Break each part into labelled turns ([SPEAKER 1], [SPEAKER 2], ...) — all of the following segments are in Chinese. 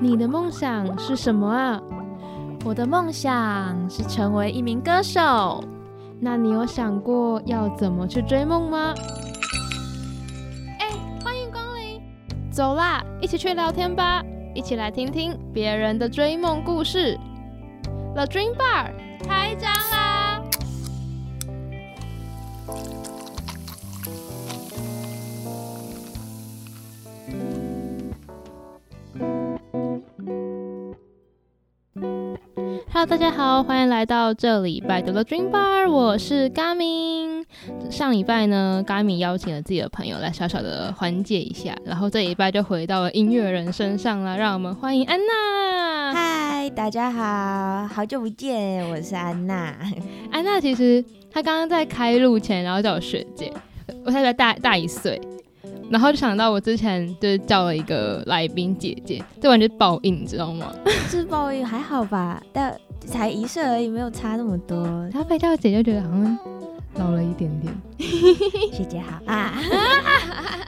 [SPEAKER 1] 你的梦想是什么啊？
[SPEAKER 2] 我的梦想是成为一名歌手。
[SPEAKER 1] 那你有想过要怎么去追梦吗？
[SPEAKER 2] 哎，欢迎光临！
[SPEAKER 1] 走啦，一起去聊天吧，一起来听听别人的追梦故事。The Dream Bar
[SPEAKER 2] 开张啦！
[SPEAKER 1] Hello，大家好，欢迎来到这礼拜的 The Dream Bar，我是 Gami。上礼拜呢，Gami 邀请了自己的朋友来小小的缓解一下，然后这礼拜就回到了音乐人身上啦，让我们欢迎安娜。
[SPEAKER 3] 嗨，大家好，好久不见，我是安 娜。
[SPEAKER 1] 安娜其实她刚刚在开录前，然后叫我学姐，我才大大一岁，然后就想到我之前就是叫了一个来宾姐姐，这完全是报应，你知道吗？。
[SPEAKER 3] 自爆还好吧，但才一岁而已，没有差那么多
[SPEAKER 1] 她被叫姐就觉得好像老了一点点。
[SPEAKER 3] 学姐好啊，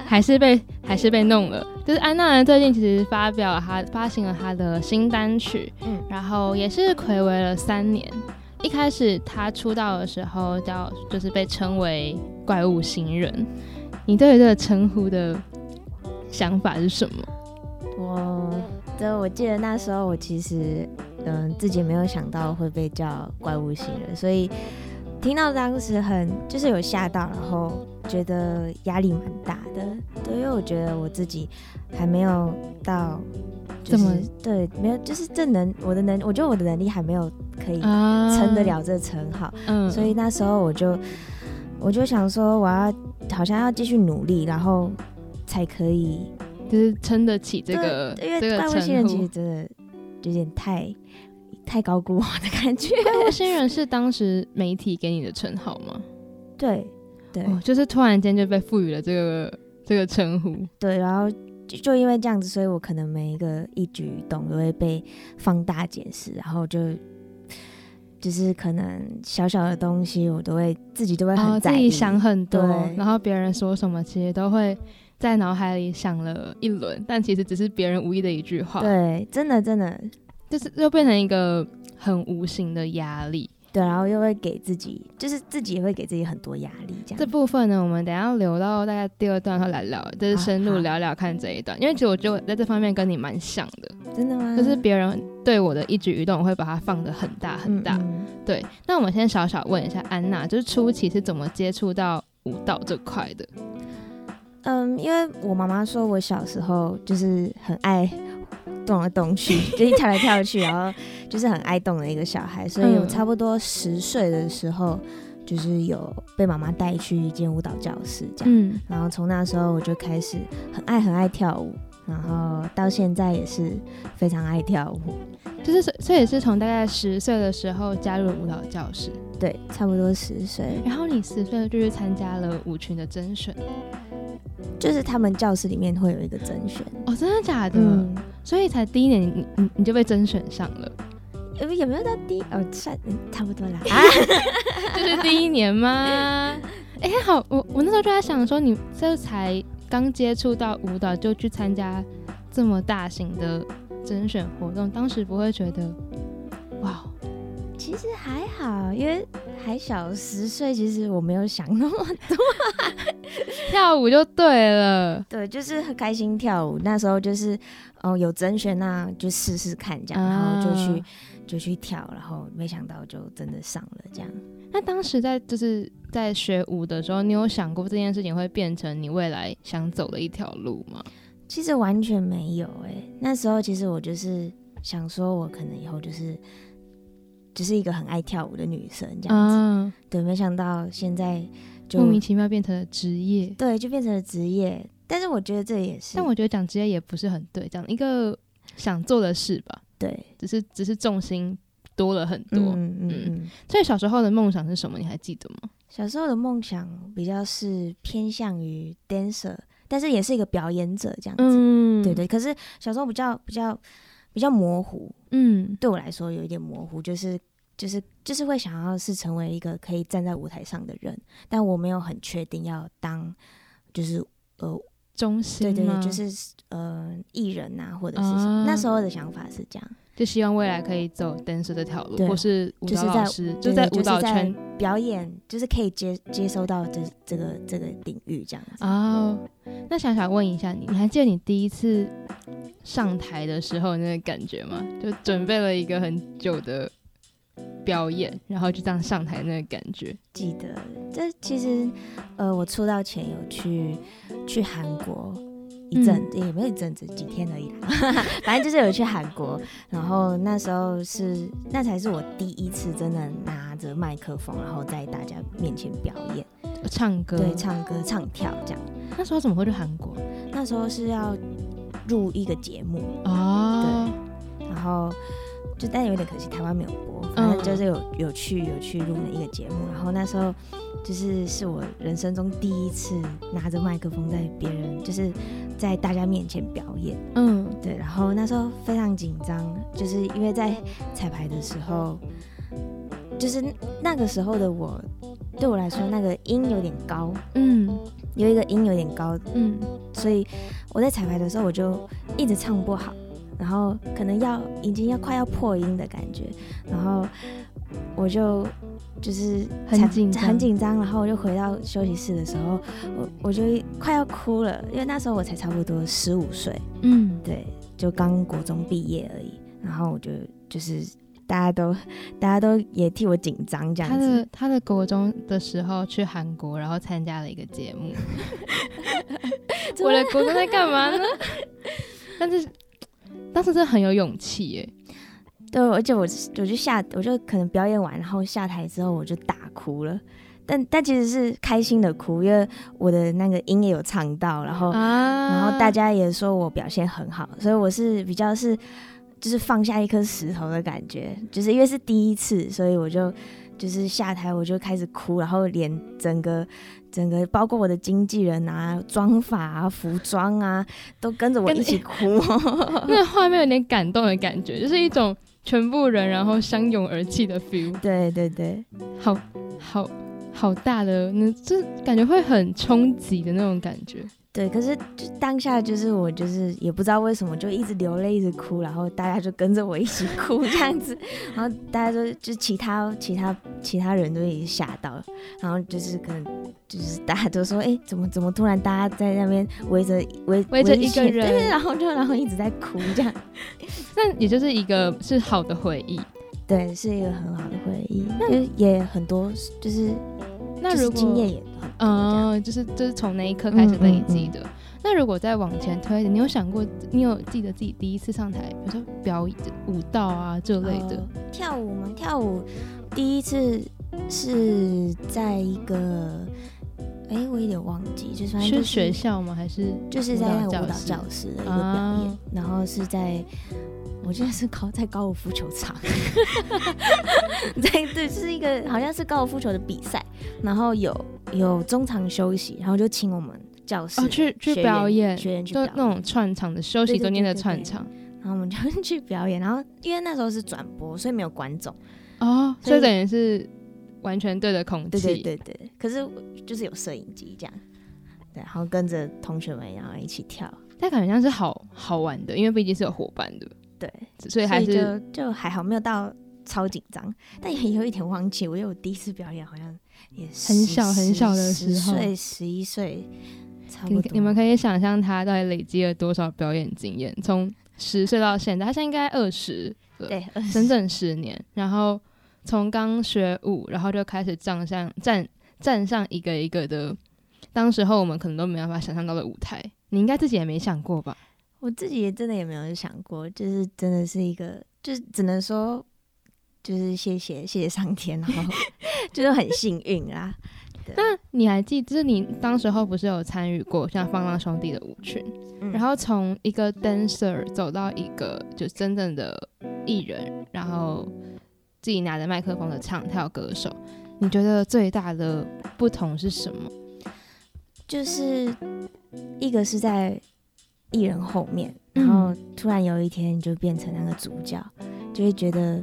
[SPEAKER 1] 还是被还是被弄了。就是安娜呢，最近其实发表了她发行了她的新单曲，
[SPEAKER 3] 嗯
[SPEAKER 1] 然后也是暌违了三年。一开始她出道的时候叫就是被称为怪物新人，你对于这个称呼的想法是什么？
[SPEAKER 3] 我嗯这我记得那时候我其实嗯自己没有想到会被叫怪物新人，所以听到当时很就是有吓到，然后觉得压力蛮大的，对，因为我觉得我自己还没有到。就
[SPEAKER 1] 这么
[SPEAKER 3] 是对，没有，就是这能我的能，我觉得我的能力还没有可以
[SPEAKER 1] 啊
[SPEAKER 3] 撑得，了这嗯称号，
[SPEAKER 1] 嗯
[SPEAKER 3] 所以那时候我就我就想说，我要好像要继续努力，然后才可以
[SPEAKER 1] 就是撑得起这个
[SPEAKER 3] 对因
[SPEAKER 1] 这
[SPEAKER 3] 为
[SPEAKER 1] 个
[SPEAKER 3] 怪物新
[SPEAKER 1] 称
[SPEAKER 3] 人其实
[SPEAKER 1] 呼。
[SPEAKER 3] 真的有点太太高估我的感觉。
[SPEAKER 1] 怪物新人是当时媒体给你的称号吗？
[SPEAKER 3] 对对、
[SPEAKER 1] 哦，就是突然间就被赋予了这个这个称呼。
[SPEAKER 3] 对，然后就就因为这样子，所以我可能每一个一举一动都会被放大解释，然后就。就是可能小小的东西，我都会自己都会
[SPEAKER 1] 哦，
[SPEAKER 3] 很
[SPEAKER 1] 自
[SPEAKER 3] 在
[SPEAKER 1] 己
[SPEAKER 3] 意，
[SPEAKER 1] 想很多
[SPEAKER 3] 对，
[SPEAKER 1] 然后别人说什么，其实都会在脑海里想了一轮，但其实只是别人无意的一句话，，
[SPEAKER 3] 对，真的真的
[SPEAKER 1] 就是又变成一个很无形的压力。
[SPEAKER 3] 对，啊然后又会给自己，就是自己也会给自己很多压力，这样
[SPEAKER 1] 这部分呢，我们等一下留到大概第二段后来聊，
[SPEAKER 3] 啊
[SPEAKER 1] 就是深入聊聊看这一段，因为其实我觉得我在这方面跟你蛮像的，
[SPEAKER 3] 真的吗？
[SPEAKER 1] 就是别人对我的一举一动，我会把它放得很大很大。
[SPEAKER 3] 嗯嗯
[SPEAKER 1] 对，那我们先小小问一下安娜，就是初期是怎么接触到舞蹈这块的？
[SPEAKER 3] 嗯因为我妈妈说我小时候就是很爱动来 动去，就是跳来跳去，然后就是很爱动的一个小孩，所以我
[SPEAKER 1] 嗯
[SPEAKER 3] 差不多十岁的时候，就是有被妈妈带去一间舞蹈教室这样。
[SPEAKER 1] 嗯，
[SPEAKER 3] 然后从那时候我就开始很爱很爱跳舞，然后到现在也是非常爱跳舞。
[SPEAKER 1] 就是所所以是从大概十岁的时候加入了舞蹈教室，
[SPEAKER 3] 对，差不多十岁，
[SPEAKER 1] 然后你十岁就去参加了舞群的甄选
[SPEAKER 3] 就是他们教室里面会有一个甄选，
[SPEAKER 1] 哦，真的假的？
[SPEAKER 3] 嗯，
[SPEAKER 1] 所以才第一年你你你就被甄选上了，
[SPEAKER 3] 有嗯有没有到低？哦，算嗯差不多啦。
[SPEAKER 1] 啊就是第一年吗？哎、好，我我那时候就在想说，你这才刚接触到舞蹈就去参加这么大型的甄选活动，当时不会觉得哇，哦
[SPEAKER 3] 其实还好，因为还小十岁，其实我没有想那么多。
[SPEAKER 1] 跳舞就对了。
[SPEAKER 3] 对，就是很开心跳舞。那时候就是，哦，有甄选那就试试看这样，
[SPEAKER 1] 啊
[SPEAKER 3] 然后就去就去跳，然后没想到就真的上了这样。
[SPEAKER 1] 那当时在就是在学舞的时候，你有想过这件事情会变成你未来想走的一条路吗？
[SPEAKER 3] 其实完全没有哎、那时候其实我就是想说，我可能以后就是就是一个很爱跳舞的女生这样子。
[SPEAKER 1] 啊，
[SPEAKER 3] 对，没想到现在就
[SPEAKER 1] 莫名其妙变成了职业，
[SPEAKER 3] 对，就变成了职业。但是我觉得这也是，
[SPEAKER 1] 但我觉得讲职业也不是很对，讲一个想做的事吧，
[SPEAKER 3] 对，
[SPEAKER 1] 只是只是重心多了很多。
[SPEAKER 3] 嗯嗯
[SPEAKER 1] 嗯
[SPEAKER 3] 嗯。
[SPEAKER 1] 所以小时候的梦想是什么？你还记得吗？
[SPEAKER 3] 小时候的梦想比较是偏向于 dancer，但是也是一个表演者这样子。
[SPEAKER 1] 嗯
[SPEAKER 3] 对，对，可是小时候比较比较比较模糊，
[SPEAKER 1] 嗯
[SPEAKER 3] 对我来说有一点模糊，就是就是就是会想要是成为一个可以站在舞台上的人，但我没有很确定要当就是呃
[SPEAKER 1] 中心
[SPEAKER 3] 对对
[SPEAKER 1] 吗
[SPEAKER 3] 对，就是呃艺人啊，或者是什么
[SPEAKER 1] 啊
[SPEAKER 3] 那时候的想法是这样，
[SPEAKER 1] 就希望未来可以走 dancer 这条路，
[SPEAKER 3] 对
[SPEAKER 1] 或是舞
[SPEAKER 3] 就是
[SPEAKER 1] 蹈
[SPEAKER 3] 在
[SPEAKER 1] 老师，
[SPEAKER 3] 对
[SPEAKER 1] 在
[SPEAKER 3] 对
[SPEAKER 1] 舞蹈
[SPEAKER 3] 就是
[SPEAKER 1] 圈
[SPEAKER 3] 表演就是可以接接收到这这个这个领域这样子。
[SPEAKER 1] 哦。那想想问一下你，你还记得你第一次上台的时候那个感觉吗？就准备了一个很久的表演，然后就这样上台那个感觉。
[SPEAKER 3] 记得这其实呃，我出道前有去去韩国。一阵、也没有一阵子，几天而已啦。 反正就是有去韩国，然后那时候是那才是我第一次真的拿着麦克风，然后在大家面前表演，
[SPEAKER 1] 唱歌，
[SPEAKER 3] 对，唱歌、唱跳这样。
[SPEAKER 1] 那时候怎么会去韩国
[SPEAKER 3] 那时候是要入一个节目，
[SPEAKER 1] 哦，
[SPEAKER 3] 然后就但有点可惜，台湾没有播。反正就是有有去有去录了一个节目，然后那时候就是是我人生中第一次拿着麦克风在别人就是在大家面前表演，
[SPEAKER 1] 嗯，
[SPEAKER 3] 对，然后那时候非常紧张，就是因为在彩排的时候，就是那个时候的我，对我来说那个音有点高，
[SPEAKER 1] 嗯
[SPEAKER 3] 有一个音有点高，
[SPEAKER 1] 嗯
[SPEAKER 3] 所以我在彩排的时候我就一直唱不好，然后可能要已经要快要破音的感觉，然后我就就是
[SPEAKER 1] 很
[SPEAKER 3] 彩
[SPEAKER 1] 紧张
[SPEAKER 3] 很紧张，然后我就回到休息室的时候，我我就快要哭了，因为那时候我才差不多十五岁，
[SPEAKER 1] 嗯，
[SPEAKER 3] 对，就刚国中毕业而已，然后我就就是。大家都，大家都也替我紧张这
[SPEAKER 1] 他
[SPEAKER 3] 样 子。
[SPEAKER 1] 的他的国中的时候去韩国，然后参加了一个节目。
[SPEAKER 3] 真
[SPEAKER 1] 我的国中在干嘛 呢？但是当时真的很有勇气耶。
[SPEAKER 3] 对，而且我我就下，我就可能表演完，然后下台之后我就大哭了。但但其实是开心的哭，因为我的那个音也有唱到，然后、
[SPEAKER 1] 啊
[SPEAKER 3] 哦然后大家也说我表现很好，所以我是比较是就是放下一颗石头的感觉，就是因为是第一次，所以我就就是下台我就开始哭，然后连整个整个包括我的经纪人啊、妆发啊、服装啊，都跟着我
[SPEAKER 1] 跟着
[SPEAKER 3] 一起哭。
[SPEAKER 1] 那个画面有点感动的感觉，就是一种全部人然后相拥而泣的 feel，
[SPEAKER 3] 对对对，
[SPEAKER 1] 好好好大的，那这感觉会很冲击的那种感觉。
[SPEAKER 3] 对，可是就当下就是我就是也不知道为什么就一直流泪一直哭，然后大家就跟着我一起哭这样子， 然后大家就就其他其他其他人都已经吓到了，然后就是可能就是大家都说，哎、怎么怎么突然大家在那边围着围
[SPEAKER 1] 围着一个
[SPEAKER 3] 起
[SPEAKER 1] 人
[SPEAKER 3] 对，然后就然后一直在哭这样，
[SPEAKER 1] 那也就是一个是好的回忆。
[SPEAKER 3] 对，是一个很好的回忆，就是也很多就是
[SPEAKER 1] 那
[SPEAKER 3] 就是
[SPEAKER 1] 如果
[SPEAKER 3] 经验也很多这样。嗯
[SPEAKER 1] 嗯，就是就是从那一刻开始累积的。那如果再往前推一点，你有想过，你有记得自己第一次上台，比如说表演舞蹈啊这类的，
[SPEAKER 3] 呃跳舞吗？跳舞第一次是在一个，哎、我有点忘记，就是反正就是
[SPEAKER 1] 学校吗？还是
[SPEAKER 3] 就是在那个
[SPEAKER 1] 舞
[SPEAKER 3] 舞
[SPEAKER 1] 蹈
[SPEAKER 3] 蹈
[SPEAKER 1] 教室
[SPEAKER 3] 教室的一个表演，
[SPEAKER 1] 啊
[SPEAKER 3] 然后是在。我记得是高在高尔夫球 场，对对，是一个好像是高尔夫球的比赛，然后有有中场休息，然后就请我们教室
[SPEAKER 1] 哦去去
[SPEAKER 3] 学员
[SPEAKER 1] 表演，
[SPEAKER 3] 学员去
[SPEAKER 1] 就
[SPEAKER 3] 表
[SPEAKER 1] 那
[SPEAKER 3] 演，
[SPEAKER 1] 种串场的休息
[SPEAKER 3] 对对
[SPEAKER 1] 中间的
[SPEAKER 3] 对对
[SPEAKER 1] 串
[SPEAKER 3] 对
[SPEAKER 1] 场
[SPEAKER 3] 然后我们就 去表演，然后因为那时候是转播，所以没有观众。
[SPEAKER 1] 哦，
[SPEAKER 3] 所
[SPEAKER 1] 所
[SPEAKER 3] 以
[SPEAKER 1] 以等于是完全对的空气，
[SPEAKER 3] 对对对对，可是就是有摄影机这样，对，然后跟着同学们然后一起跳，
[SPEAKER 1] 但感觉像是好好玩的，因为毕竟是有伙伴的，
[SPEAKER 3] 对，
[SPEAKER 1] 所以还是
[SPEAKER 3] 就就还好，没有到超紧张，但也有一点忘记，我因为我第一次表演好像也很
[SPEAKER 1] 小很小的时候
[SPEAKER 3] 岁十一岁，差
[SPEAKER 1] 你
[SPEAKER 3] 不多。
[SPEAKER 1] 你们可以想象他到底累积了多少表演经验，从十岁到现在，他现在应该二 十了，
[SPEAKER 3] 对，呃
[SPEAKER 1] 整整十年，然后从刚学舞，然后就开始站上站站上一个一个的，当时候我们可能都没办法想象到的舞台，你应该自己也没想过吧？
[SPEAKER 3] 我自己也真的也没有想过，就是真的是一个，就是只能说。就是谢谢谢谢上天，然后 就是很幸运啦。
[SPEAKER 1] 那你还记，就是你当时候不是有参与过像放浪兄弟的舞群，
[SPEAKER 3] 嗯
[SPEAKER 1] 然后从一个 dancer 走到一个就真正的艺人，然后自己拿着麦克风的唱跳歌手，你觉得最大的不同是什么？
[SPEAKER 3] 就是一个是在艺人后面，
[SPEAKER 1] 嗯
[SPEAKER 3] 然后突然有一天你就变成那个主角，就会觉得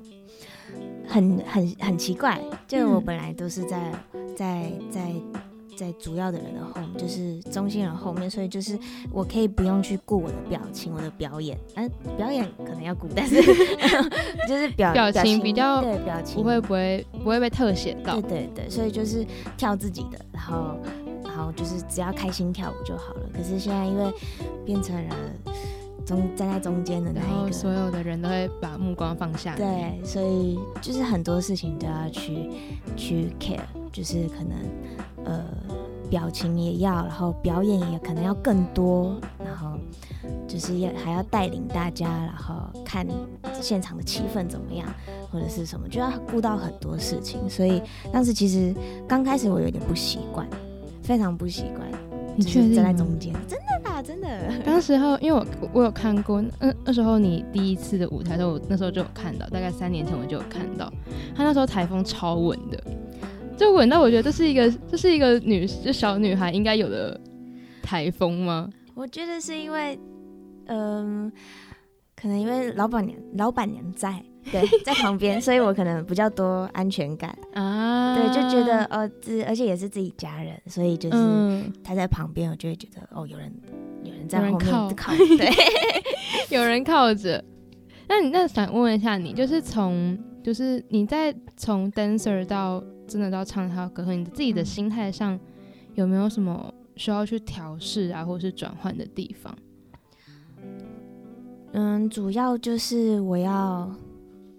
[SPEAKER 3] 很很很奇怪。就我
[SPEAKER 1] 嗯
[SPEAKER 3] 本来都是在在在在主要的人的后面，就是中心人后面，所以就是我可以不用去顾我的表情、我的表演，嗯、表演可能要顾，但是 就是表
[SPEAKER 1] 表情比较
[SPEAKER 3] 对表情
[SPEAKER 1] 不会不会不会被特写到
[SPEAKER 3] 对，对对，所以就是跳自己的，然后然后就是只要开心跳舞就好了。可是现在因为变成了中站在中间的那
[SPEAKER 1] 然
[SPEAKER 3] 一
[SPEAKER 1] 后
[SPEAKER 3] 个，
[SPEAKER 1] 所有的人都会把目光放下你。
[SPEAKER 3] 对，所以就是很多事情都要去去 care，就是可能呃表情也要，然后表演也可能要更多，然后就是要还要带领大家，然后看现场的气氛怎么样，或者是什么，就要顾到很多事情。所以当时其实刚开始我有点不习惯，非常不习惯，
[SPEAKER 1] 你
[SPEAKER 3] 就
[SPEAKER 1] 确
[SPEAKER 3] 是
[SPEAKER 1] 定
[SPEAKER 3] 站
[SPEAKER 1] 吗
[SPEAKER 3] 在？中间，真的啦，真的。
[SPEAKER 1] 当时候，因为我我有看过，那那时候你第一次的舞台的时候，我那时候就有看到，大概三年前我就有看到，她那时候台风超稳的，就稳到我觉得这是一个这是一个女就小女孩应该有的台风吗？
[SPEAKER 3] 我觉得是因为，嗯、可能因为老板娘老板娘在，对，在旁边，所以我可能比较多安全感。
[SPEAKER 1] 啊，
[SPEAKER 3] 对，就觉得哦，自而且也是自己家人，所以就是
[SPEAKER 1] 嗯，
[SPEAKER 3] 他在旁边，我就会觉得哦，有人有人在
[SPEAKER 1] 有人
[SPEAKER 3] 后面
[SPEAKER 1] 靠
[SPEAKER 3] 靠，对，
[SPEAKER 1] 有人靠着。那你那想问一下你，就是从就是你在从 dancer 到真的到唱跳歌和你自己的心态上有没有什么需要去调试啊，或是转换的地方？
[SPEAKER 3] 嗯，主要就是我要，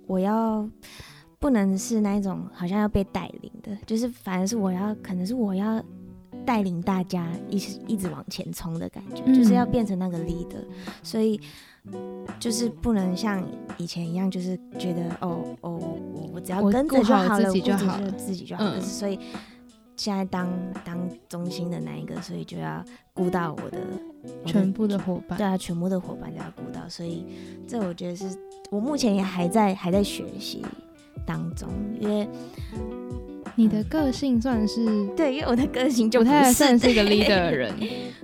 [SPEAKER 3] 我要不能是那一种好像要被带领的，就是反而是我要，可能是我要带领大家一直一直往前冲的感觉，就是要
[SPEAKER 1] 嗯
[SPEAKER 3] 变成那个 leader，所以就是不能像以前一样，就是觉得哦哦我我我只要
[SPEAKER 1] 我
[SPEAKER 3] 跟着
[SPEAKER 1] 顾
[SPEAKER 3] 就
[SPEAKER 1] 好
[SPEAKER 3] 好
[SPEAKER 1] 自
[SPEAKER 3] 了，我
[SPEAKER 1] 己
[SPEAKER 3] 顾
[SPEAKER 1] 就
[SPEAKER 3] 着
[SPEAKER 1] 好了
[SPEAKER 3] 自己就好了，
[SPEAKER 1] 嗯
[SPEAKER 3] 所以。现在当当中心的那一个，所以就要顾到我的我的
[SPEAKER 1] 全部的伙伴
[SPEAKER 3] 对，啊，全部的伙伴都要顾到，所以这我觉得是我目前也还在还在学习当中，因为
[SPEAKER 1] 你的个性算是
[SPEAKER 3] 对，因为我的个性就
[SPEAKER 1] 不
[SPEAKER 3] 不
[SPEAKER 1] 太
[SPEAKER 3] 是
[SPEAKER 1] 算是一 个 leader 的人，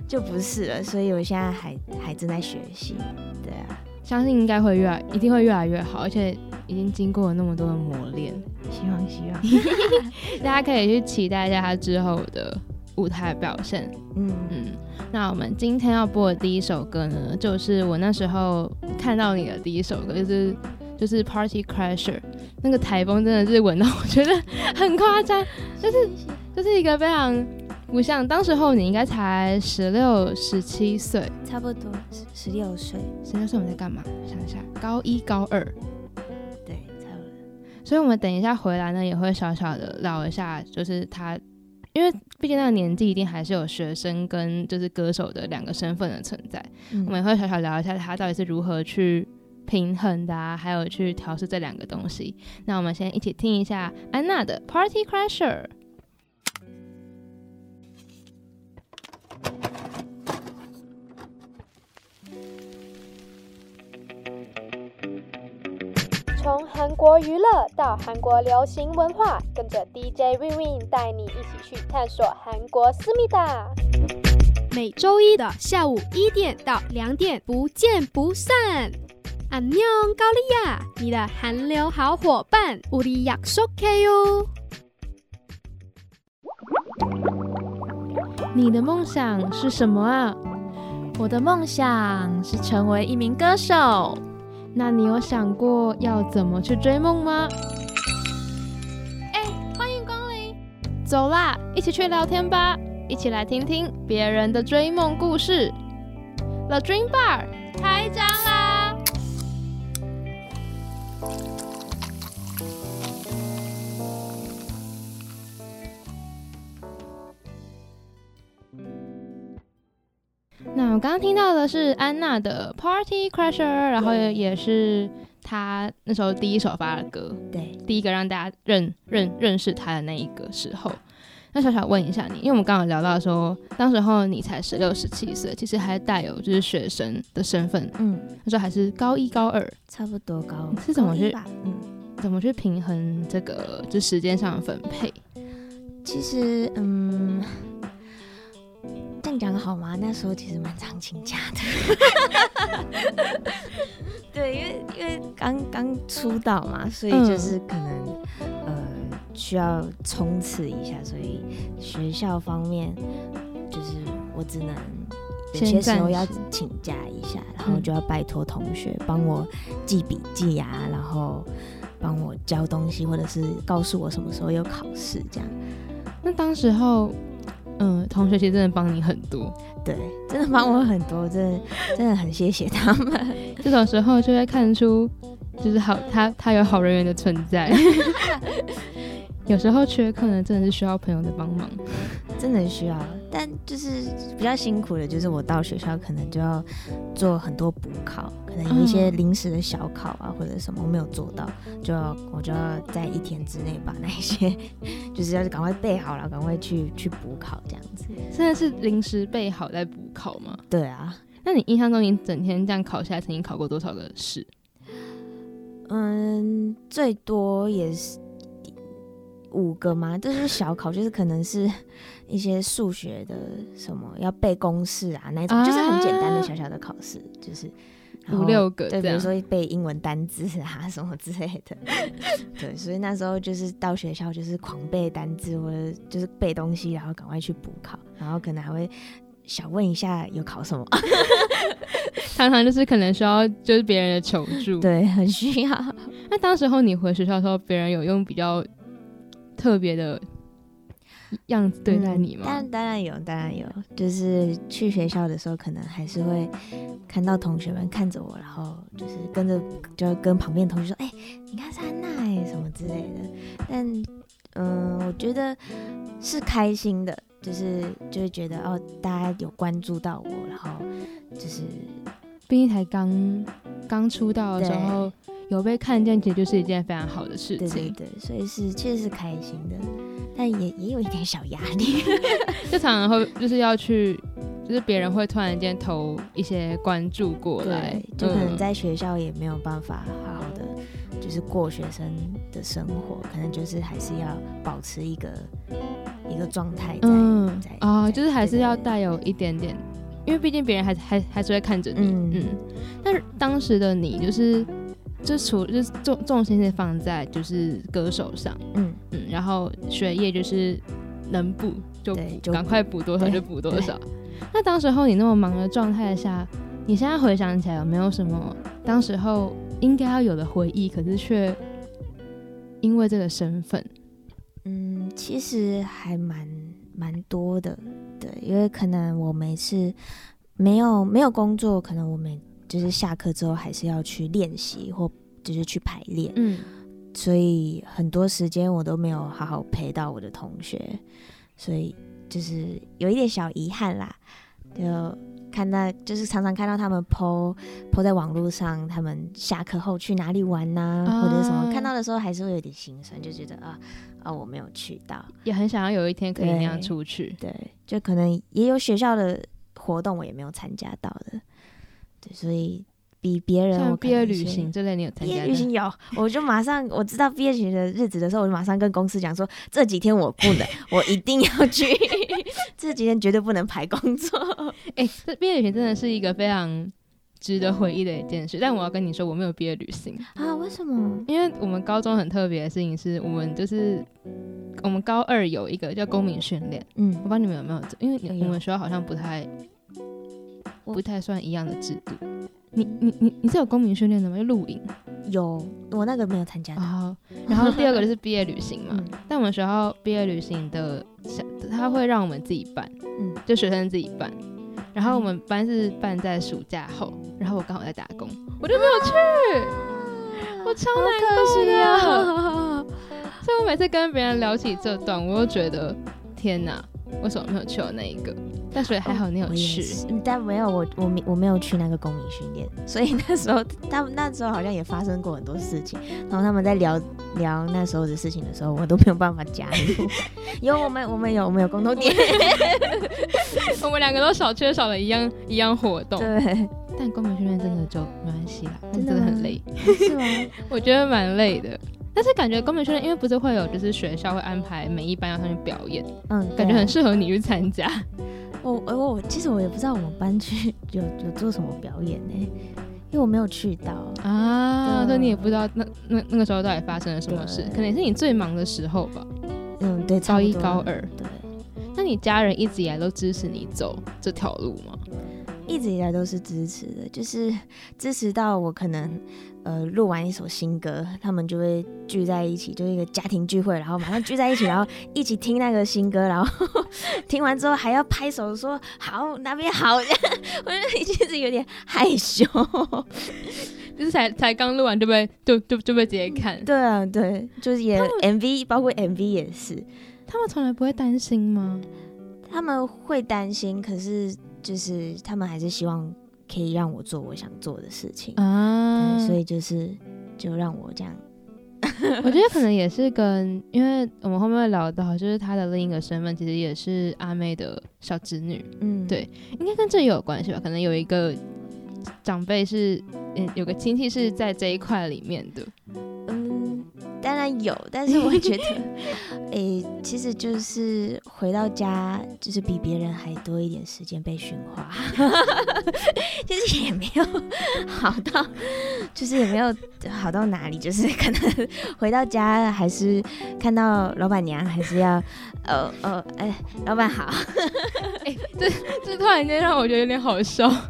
[SPEAKER 3] 就不是了，所以我现在还还正在学习，对啊，
[SPEAKER 1] 相信应该会越来，一定会越来越好，而且已经经过了那么多的磨练，
[SPEAKER 3] 希望希望，
[SPEAKER 1] 大家可以去期待一下他之后的舞台表现。
[SPEAKER 3] 嗯，
[SPEAKER 1] 嗯，那我们今天要播的第一首歌呢，就是我那时候看到你的第一首歌，就是就是 Party Crasher，那个台风真的是闻到，我觉得很夸张，就是就是一个非常不像，当时候你应该才十六十七岁，
[SPEAKER 3] 差不多十六岁，
[SPEAKER 1] 十六岁我们在干嘛？想一下，高一高二，
[SPEAKER 3] 对，差不多，
[SPEAKER 1] 所以我们等一下回来呢，也会小小的聊一下，就是他，因为毕竟那个年纪一定还是有学生跟就是歌手的两个身份的存在，我
[SPEAKER 3] 嗯
[SPEAKER 1] 们也会小小聊一下他到底是如何去平衡的、啊，还有去调试这两个东西。那我们先一起听一下安娜的《Party Crasher》。
[SPEAKER 4] 从韩国娱乐到韩国流行文化，跟着 DJ Win Win 带你一起去探索韩国思密达。
[SPEAKER 5] 每周一的下午一点到两点，不见不散。안녕高丽亚，你的韩流好伙伴，우리약속해요。
[SPEAKER 1] 你的梦想是什么啊？
[SPEAKER 2] 我的梦想是成为一名歌手，
[SPEAKER 1] 那你有想过要怎么去追梦吗？哎
[SPEAKER 5] 欢迎光临。
[SPEAKER 1] 走啦，一起去聊天吧，一起来听听别人的追梦故事。The Dream Bar 开张啦！那我刚刚听到的是安娜的《Party Crasher》，然后也也是她那时候第一首发的歌。
[SPEAKER 3] 对，
[SPEAKER 1] 第一个让大家认认认识他的那一个时候。那小小问一下你，因为我们刚刚有聊到说，当时候你才十六十七岁，其实还带有就是学生的身份，
[SPEAKER 3] 嗯，
[SPEAKER 1] 那时候还是高一高二，
[SPEAKER 3] 差不多高
[SPEAKER 1] 你是怎么
[SPEAKER 3] 高一
[SPEAKER 1] 去
[SPEAKER 3] 吧嗯。
[SPEAKER 1] 怎么去平衡这个就时间上的分配？
[SPEAKER 3] 其实，嗯，这样讲好吗？那时候其实蛮常请假 的。对，因为因为刚刚出道嘛，所以
[SPEAKER 1] 嗯
[SPEAKER 3] 就是可能、呃，需要冲刺一下，所以学校方面就是我只能有
[SPEAKER 1] 先
[SPEAKER 3] 些时
[SPEAKER 1] 暂
[SPEAKER 3] 候要
[SPEAKER 1] 时
[SPEAKER 3] 请假一下，然后
[SPEAKER 1] 嗯
[SPEAKER 3] 就要拜托同学帮我记笔记啊，然后帮我教东西，或者是告诉我什么时候有考试这样。
[SPEAKER 1] 那当时候，嗯、同学其实真的帮你很多，
[SPEAKER 3] 对，真的帮我很多，真的真的很谢谢他们。
[SPEAKER 1] 这种时候就会看出，就是好他他有好人缘的存在。 有时候缺课呢，真的是需要朋友的帮忙。
[SPEAKER 3] 真的需要，但就是比较辛苦的，就是我到学校可能就要做很多补考，可能有一些
[SPEAKER 1] 嗯
[SPEAKER 3] 临时的小考啊、或者什么我没有做到，就要我就要在一天之内把那些 就是要赶快备好了，赶快去去补考这样子。
[SPEAKER 1] 真的是临时备好再补考吗？
[SPEAKER 3] 对啊，
[SPEAKER 1] 那你印象中，你整天这样考下来，曾经考过多少个试？
[SPEAKER 3] 嗯，最多也是五个嘛，这就是小考，就是可能是一些数学的什么要背公式啊那一种，就是很简单
[SPEAKER 1] 啊
[SPEAKER 3] 的小小的考试，就是然
[SPEAKER 1] 五
[SPEAKER 3] 后
[SPEAKER 1] 六个这
[SPEAKER 3] 对，比如
[SPEAKER 1] 样。
[SPEAKER 3] 说背英文单字啊什么之类 的，对，所以那时候就是到学校就是狂背单字或者就是背东西，然后赶快去补考，然后可能还会想问一下有考什么，
[SPEAKER 1] 常常就是可能需要就是别人的求助。。
[SPEAKER 3] 对，很需要。
[SPEAKER 1] 那当时候你回学校的时候，别人有用比较特别的样子对待你
[SPEAKER 3] 嗯
[SPEAKER 1] 吗？嗯
[SPEAKER 3] 当当然有，当然有，就是去学校的时候，可能还是会看到同学们看着我，然后就是跟着就跟旁边同学说：“哎、你看是安娜哎、什么之类的。”但嗯、我觉得是开心的，就是就会觉得哦，大家有关注到我，然后就是
[SPEAKER 1] 毕竟才刚刚出道的时候，有被看见，其实就是一件非常好的事
[SPEAKER 3] 对对
[SPEAKER 1] 情。
[SPEAKER 3] 对，所以是确实是开心的，但也也有一点小压力。
[SPEAKER 1] 就常常会就是要去，就是别人会突然间投一些关注过来
[SPEAKER 3] 对，，就可能
[SPEAKER 1] 嗯
[SPEAKER 3] 在学校也没有办法好好的，就是过学生的生活，可能就是还是要保持一个一个状态在，
[SPEAKER 1] 嗯
[SPEAKER 3] 在
[SPEAKER 1] 啊、
[SPEAKER 3] 在
[SPEAKER 1] 就是还是
[SPEAKER 3] 对
[SPEAKER 1] 要
[SPEAKER 3] 对
[SPEAKER 1] 带有一点点，因为毕竟别人还还还是会看着你，嗯
[SPEAKER 3] 嗯
[SPEAKER 1] 但是当时的你就是，就除就是重重心是放在就是歌手上，
[SPEAKER 3] 嗯，
[SPEAKER 1] 嗯，然后学业就是能补就补
[SPEAKER 3] 对就
[SPEAKER 1] 赶快补多少
[SPEAKER 3] 对
[SPEAKER 1] 就补多少。那当时候你那么忙的状态下，你现在回想起来有没有什么当时候应该要有的回忆，可是却因为这个身份，
[SPEAKER 3] 嗯，其实还蛮蛮多的，对，因为可能我每次没有没有工作，可能我们就是下课之后还是要去练习或就是去排练，
[SPEAKER 1] 嗯，
[SPEAKER 3] 所以很多时间我都没有好好陪到我的同学，所以就是有一点小遗憾啦。就看到，就是常常看到他们 PO PO 在网络上，他们下课后去哪里玩呐、
[SPEAKER 1] 啊
[SPEAKER 3] 或者什么，看到的时候还是会有点心酸，就觉得啊啊我没有去到。
[SPEAKER 1] 也很想要有一天可以那样
[SPEAKER 3] 对
[SPEAKER 1] 出去。
[SPEAKER 3] 对，就可能也有学校的活动我也没有参加到的，对，所以比别人我
[SPEAKER 1] 像
[SPEAKER 3] 可
[SPEAKER 1] 毕业
[SPEAKER 3] 能
[SPEAKER 1] 旅
[SPEAKER 3] 是
[SPEAKER 1] 行这类，你有参
[SPEAKER 3] 毕
[SPEAKER 1] 加
[SPEAKER 3] 业
[SPEAKER 1] 的
[SPEAKER 3] 旅？行有，我就马上我知道毕业旅行的日子的时候，我就马上跟公司讲说，这几天我不能， 我一定要去，这几天绝对不能排工 作。
[SPEAKER 1] 哎、这毕业旅行真的是一个非常值得回忆的一件事。但我要跟你说，我没有毕业旅行，
[SPEAKER 3] 啊？为什么？
[SPEAKER 1] 因为我们高中很特别的事情是，我们就是我们高二有一个叫公民训练，我
[SPEAKER 3] 嗯，
[SPEAKER 1] 不知道你们有没有这，因为你
[SPEAKER 3] 有
[SPEAKER 1] 我们学校好像不太
[SPEAKER 3] 我嗯
[SPEAKER 1] 不太算一样的制度。你你你你是有公民训练的吗？就露营，
[SPEAKER 3] 有，我那个没有参加到。
[SPEAKER 1] 然后然后第二个就是毕业旅行嘛。
[SPEAKER 3] 嗯
[SPEAKER 1] 但我们学校毕业旅行的小，他会让我们自己办，
[SPEAKER 3] 嗯
[SPEAKER 1] 就学生自己办。然后我们班是办在暑假后，然后我刚好在打工，我就没
[SPEAKER 3] 啊
[SPEAKER 1] 有去，我超难过
[SPEAKER 3] 啊
[SPEAKER 1] 的。所以我每次跟别人聊起这段，我又觉得天哪，为什么没有去我那一个？但所以还好你有
[SPEAKER 3] 我也
[SPEAKER 1] 去，
[SPEAKER 3] 是，嗯但没有我，我没我没有去那个公民训练，所以那时候 他们那时候好像也发生过很多事情，然后他们在聊聊那时候的事情的时候，我都没有办法加 入。有我们我们有我们有共同点，
[SPEAKER 1] 我们两个都少缺少了一样一样活动。
[SPEAKER 3] 对，
[SPEAKER 1] 但公民训练真的就没关系啦，但
[SPEAKER 3] 真的
[SPEAKER 1] 真的很
[SPEAKER 3] 吗
[SPEAKER 1] 累。
[SPEAKER 3] 是吗？
[SPEAKER 1] 我觉得蛮累的。但是感觉公民训练，因为不是会有就是学校会安排每一班要上去表演，
[SPEAKER 3] 嗯，
[SPEAKER 1] 感觉
[SPEAKER 3] 对啊
[SPEAKER 1] 很适合你去参加。
[SPEAKER 3] 我哎我我，其实我也不知道我们班去 有有做什么表演呢、因为我没有去到。
[SPEAKER 1] 啊，所
[SPEAKER 3] 对
[SPEAKER 1] 以你也不知道那那那个时候到底发生了什么事，
[SPEAKER 3] 对
[SPEAKER 1] 可能也是你最忙的时候吧。
[SPEAKER 3] 嗯，对，差
[SPEAKER 1] 高
[SPEAKER 3] 不
[SPEAKER 1] 一
[SPEAKER 3] 多
[SPEAKER 1] 高二。
[SPEAKER 3] 对，
[SPEAKER 1] 那你家人一直以来都支持你走这条路吗？
[SPEAKER 3] 一直以来都是支持的，就是支持到我可能呃录完一首新歌，他们就会聚在一起，就是一个家庭聚会，然后马上聚在一起，然后一起听那个新歌，然后 听完之后还要拍手说好哪边好，我 就其实有点害羞。
[SPEAKER 1] 就是才才刚录完就被就就就被直接看，
[SPEAKER 3] 对啊，对，就是也 MV 包括 MV 也是，
[SPEAKER 1] 他们从来不会担心吗？
[SPEAKER 3] 他们会担心，可是就是他们还是希望可以让我做我想做的事情，
[SPEAKER 1] 啊
[SPEAKER 3] 对所以就是就让我这样。
[SPEAKER 1] 我觉得可能也是跟，因为我们后面会聊到，就是她的另一个身份其实也是阿妹的小侄女，
[SPEAKER 3] 嗯，
[SPEAKER 1] 对应该跟这有关系吧？可能有一个长辈是，嗯，有个亲戚是在这一块里面的，
[SPEAKER 3] 嗯，当然有，但是我觉得，诶、其实就是回到家，就是比别人还多一点时间被驯化， 其实也没有好到，就是也没有好到哪里，就是可能回到家还是看到老板娘，还是要，呃呃，哎、老板好，
[SPEAKER 1] 这突然间让我觉得有点好笑。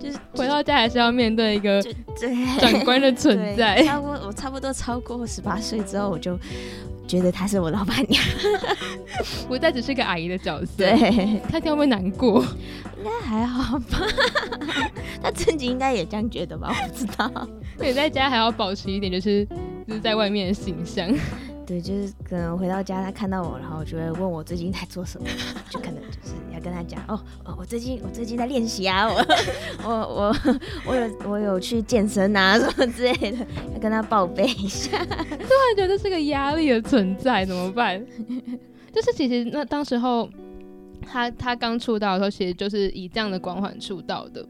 [SPEAKER 3] 就是
[SPEAKER 1] 回到家还是要面对一个
[SPEAKER 3] 对。
[SPEAKER 1] 长官的存
[SPEAKER 3] 对
[SPEAKER 1] 在，
[SPEAKER 3] 超过我差不多超过十八岁之后，我就觉得她是我老板娘。
[SPEAKER 1] 不再只是个阿姨的角色。
[SPEAKER 3] 对，
[SPEAKER 1] 她一定会难过。
[SPEAKER 3] 还好吧， 他自己应该也这样觉得吧？我不知道。
[SPEAKER 1] 你在家还要保持一点，就是就是在外面的形象。
[SPEAKER 3] 对，就是可能回到家，他看到我，然后就会问我最近在做什么， 就可能就是要跟他讲哦，哦我最近我最近在练习啊， 我我我我有我有去健身啊 什么之类的，要跟他报备一下。
[SPEAKER 1] 突 然觉得是个压力的存在，怎么办？ 就是其实那当时候他他刚出道的时候，其实就是以这样的光环出道的。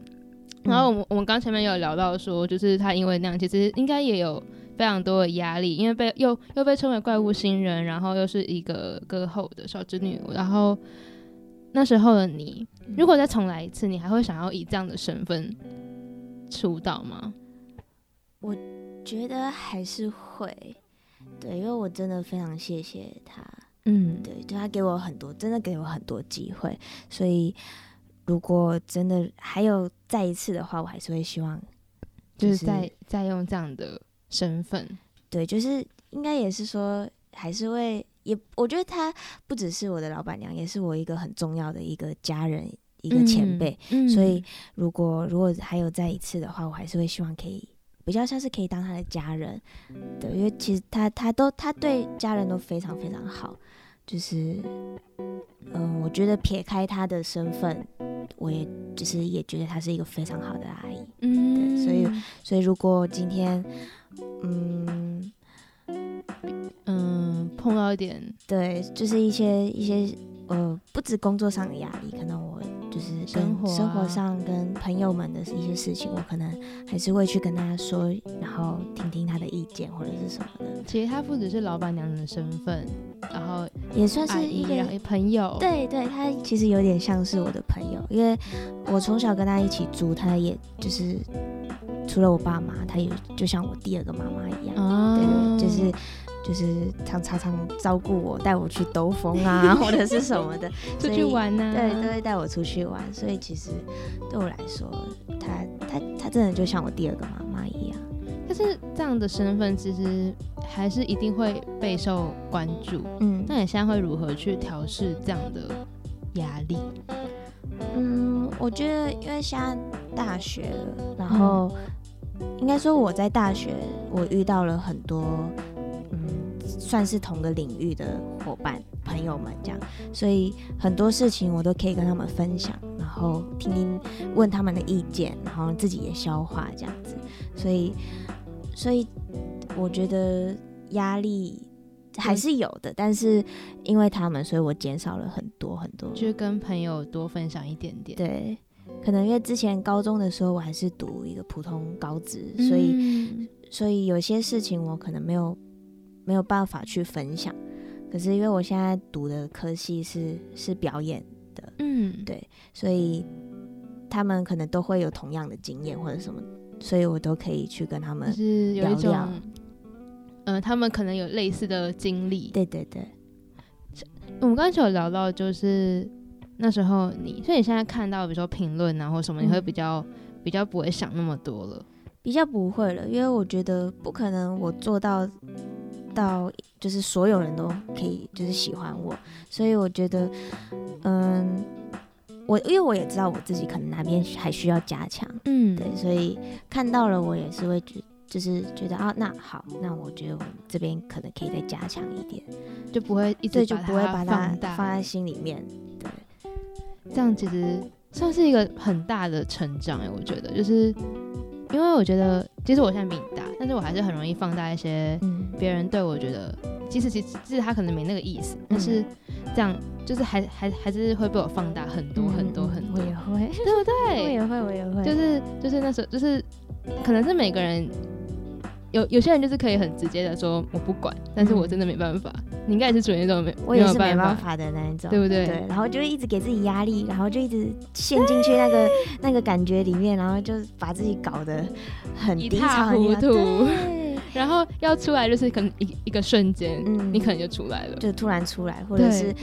[SPEAKER 3] 嗯
[SPEAKER 1] 然后我们我们刚前面有聊到说，就是他因为那样，其实应该也有非常多的压力，因为被又又被称为怪物新人，然后又是一个歌后的小织女，然后那时候的你，如果再重来一次，你还会想要以这样的身份出道吗？
[SPEAKER 3] 觉得还是会，对，因为我真的非常谢谢他。
[SPEAKER 1] 嗯，
[SPEAKER 3] 对，对他给我很多，真的给我很多机会，所以如果真的还有再一次的话，我还是会希望，
[SPEAKER 1] 就是
[SPEAKER 3] 就是
[SPEAKER 1] 再再用这样的身份，
[SPEAKER 3] 对，就是应该也是说，还是会也，我觉得他不只是我的老板娘，也是我一个很重要的一个家人，一个前辈，
[SPEAKER 1] 嗯，嗯
[SPEAKER 3] 所以如果如果还有再一次的话，我还是会希望可以。比较像是可以当他的家人，对，因为其实他他都他对家人都非常非常好，就是，嗯，我觉得撇开他的身份，我也就是也觉得他是一个非常好的阿姨，
[SPEAKER 1] 嗯
[SPEAKER 3] 对所以所以如果今天，嗯，
[SPEAKER 1] 嗯碰到一点
[SPEAKER 3] 对，就是一些一些呃，不止工作上的压力，可能我就是跟
[SPEAKER 1] 生活啊
[SPEAKER 3] 生活上跟朋友们的一些事情，我可能还是会去跟他说，然后听听他的意见或者是什么的，
[SPEAKER 1] 其实她不只是老板娘的身份，然后
[SPEAKER 3] 也算
[SPEAKER 1] 阿
[SPEAKER 3] 是一
[SPEAKER 1] 姨，
[SPEAKER 3] 个
[SPEAKER 1] 然后朋友，，
[SPEAKER 3] 对对，他其实有点像是我的朋友，因为我从小跟他一起住，他也就是除了我爸妈，他也就像我第二个妈妈一样，
[SPEAKER 1] 啊，
[SPEAKER 3] 对，就是就是常常常照顾我，带我去兜风啊，或者是什么的，所
[SPEAKER 1] 出
[SPEAKER 3] 以
[SPEAKER 1] 去玩啊呐、
[SPEAKER 3] 对，都会带我出去玩。所以其实对我来说，他他他真的就像我第二个妈妈一样。
[SPEAKER 1] 但是这样的身份其实还是一定会备受关注。
[SPEAKER 3] 嗯
[SPEAKER 1] 那你现在会如何去调试这样的压力？
[SPEAKER 3] 嗯，我觉得因为现在大学了，然后、应该说我在大学我遇到了很多嗯，算是同个领域的伙伴朋友们这样，所以很多事情我都可以跟他们分享，然后听听问他们的意见，然后自己也消化这样子，所以所以我觉得压力。还是有的，但是因为他们，所以我减少了很多很多。
[SPEAKER 1] 就是跟朋友多分享一点点，
[SPEAKER 3] 对，可能因为之前高中的时候我还是读一个普通高职，
[SPEAKER 1] 嗯
[SPEAKER 3] 所以所以有些事情我可能没有没有办法去分享。可是因为我现在读的科系是是表演，
[SPEAKER 1] 嗯，
[SPEAKER 3] 对所以他们可能都会有同样的经验或者什么，所以我都可以去跟他
[SPEAKER 1] 就
[SPEAKER 3] 们。
[SPEAKER 1] 是有一
[SPEAKER 3] 聊
[SPEAKER 1] 种
[SPEAKER 3] 聊，
[SPEAKER 1] 呃，他们可能有类似的经历，
[SPEAKER 3] 对对对，
[SPEAKER 1] 我们刚才有聊到，就是那时候你，所以你现在看到，比如说评论啊或什么，你会
[SPEAKER 3] 嗯
[SPEAKER 1] 比较比较不会想那么多了。
[SPEAKER 3] 比较不会了，因为我觉得不可能我做到到就是所有人都可以就是喜欢我，所以我觉得，嗯，我因为我也知道我自己可能哪边还需要加强，
[SPEAKER 1] 嗯
[SPEAKER 3] 对，所以看到了我也是会觉就是觉得啊，那好，那我觉得我这边可能可以再加强一点，
[SPEAKER 1] 就不会一
[SPEAKER 3] 对，
[SPEAKER 1] 直
[SPEAKER 3] 就不会把它
[SPEAKER 1] 放大，
[SPEAKER 3] 放在心里面。
[SPEAKER 1] 这样其实算是一个很大的成长哎、我觉得，就是因为我觉得，其实我现在比你大，但是我还是很容易放大一些
[SPEAKER 3] 嗯，
[SPEAKER 1] 别人对我觉得，其实其实其实他可能没那个意思，但是这样就是还还还是会被我放大很多很多很多，
[SPEAKER 3] 嗯我也会，
[SPEAKER 1] 对不
[SPEAKER 3] 我
[SPEAKER 1] 对？
[SPEAKER 3] 也会，我也会，
[SPEAKER 1] 就是就是那时候就是，可能是每个人有有些人就是可以很直接的说我不管，但是我真的没办法。你应该也是属于那种没
[SPEAKER 3] 我也
[SPEAKER 1] 有
[SPEAKER 3] 是没办
[SPEAKER 1] 办，
[SPEAKER 3] 法的那一种，
[SPEAKER 1] 对不对
[SPEAKER 3] 对，然后就会一直给自己压力，然后就一直陷进去那个那个感觉里面，然后就把自己搞得很
[SPEAKER 1] 一
[SPEAKER 3] 低
[SPEAKER 1] 塌
[SPEAKER 3] 潮，很
[SPEAKER 1] 糊
[SPEAKER 3] 低
[SPEAKER 1] 涂
[SPEAKER 3] 潮 对，
[SPEAKER 1] 然后要出来就是可能一一个瞬间，
[SPEAKER 3] 嗯
[SPEAKER 1] 你可能就出来了。
[SPEAKER 3] 就突然出来，或者
[SPEAKER 1] 对
[SPEAKER 3] 是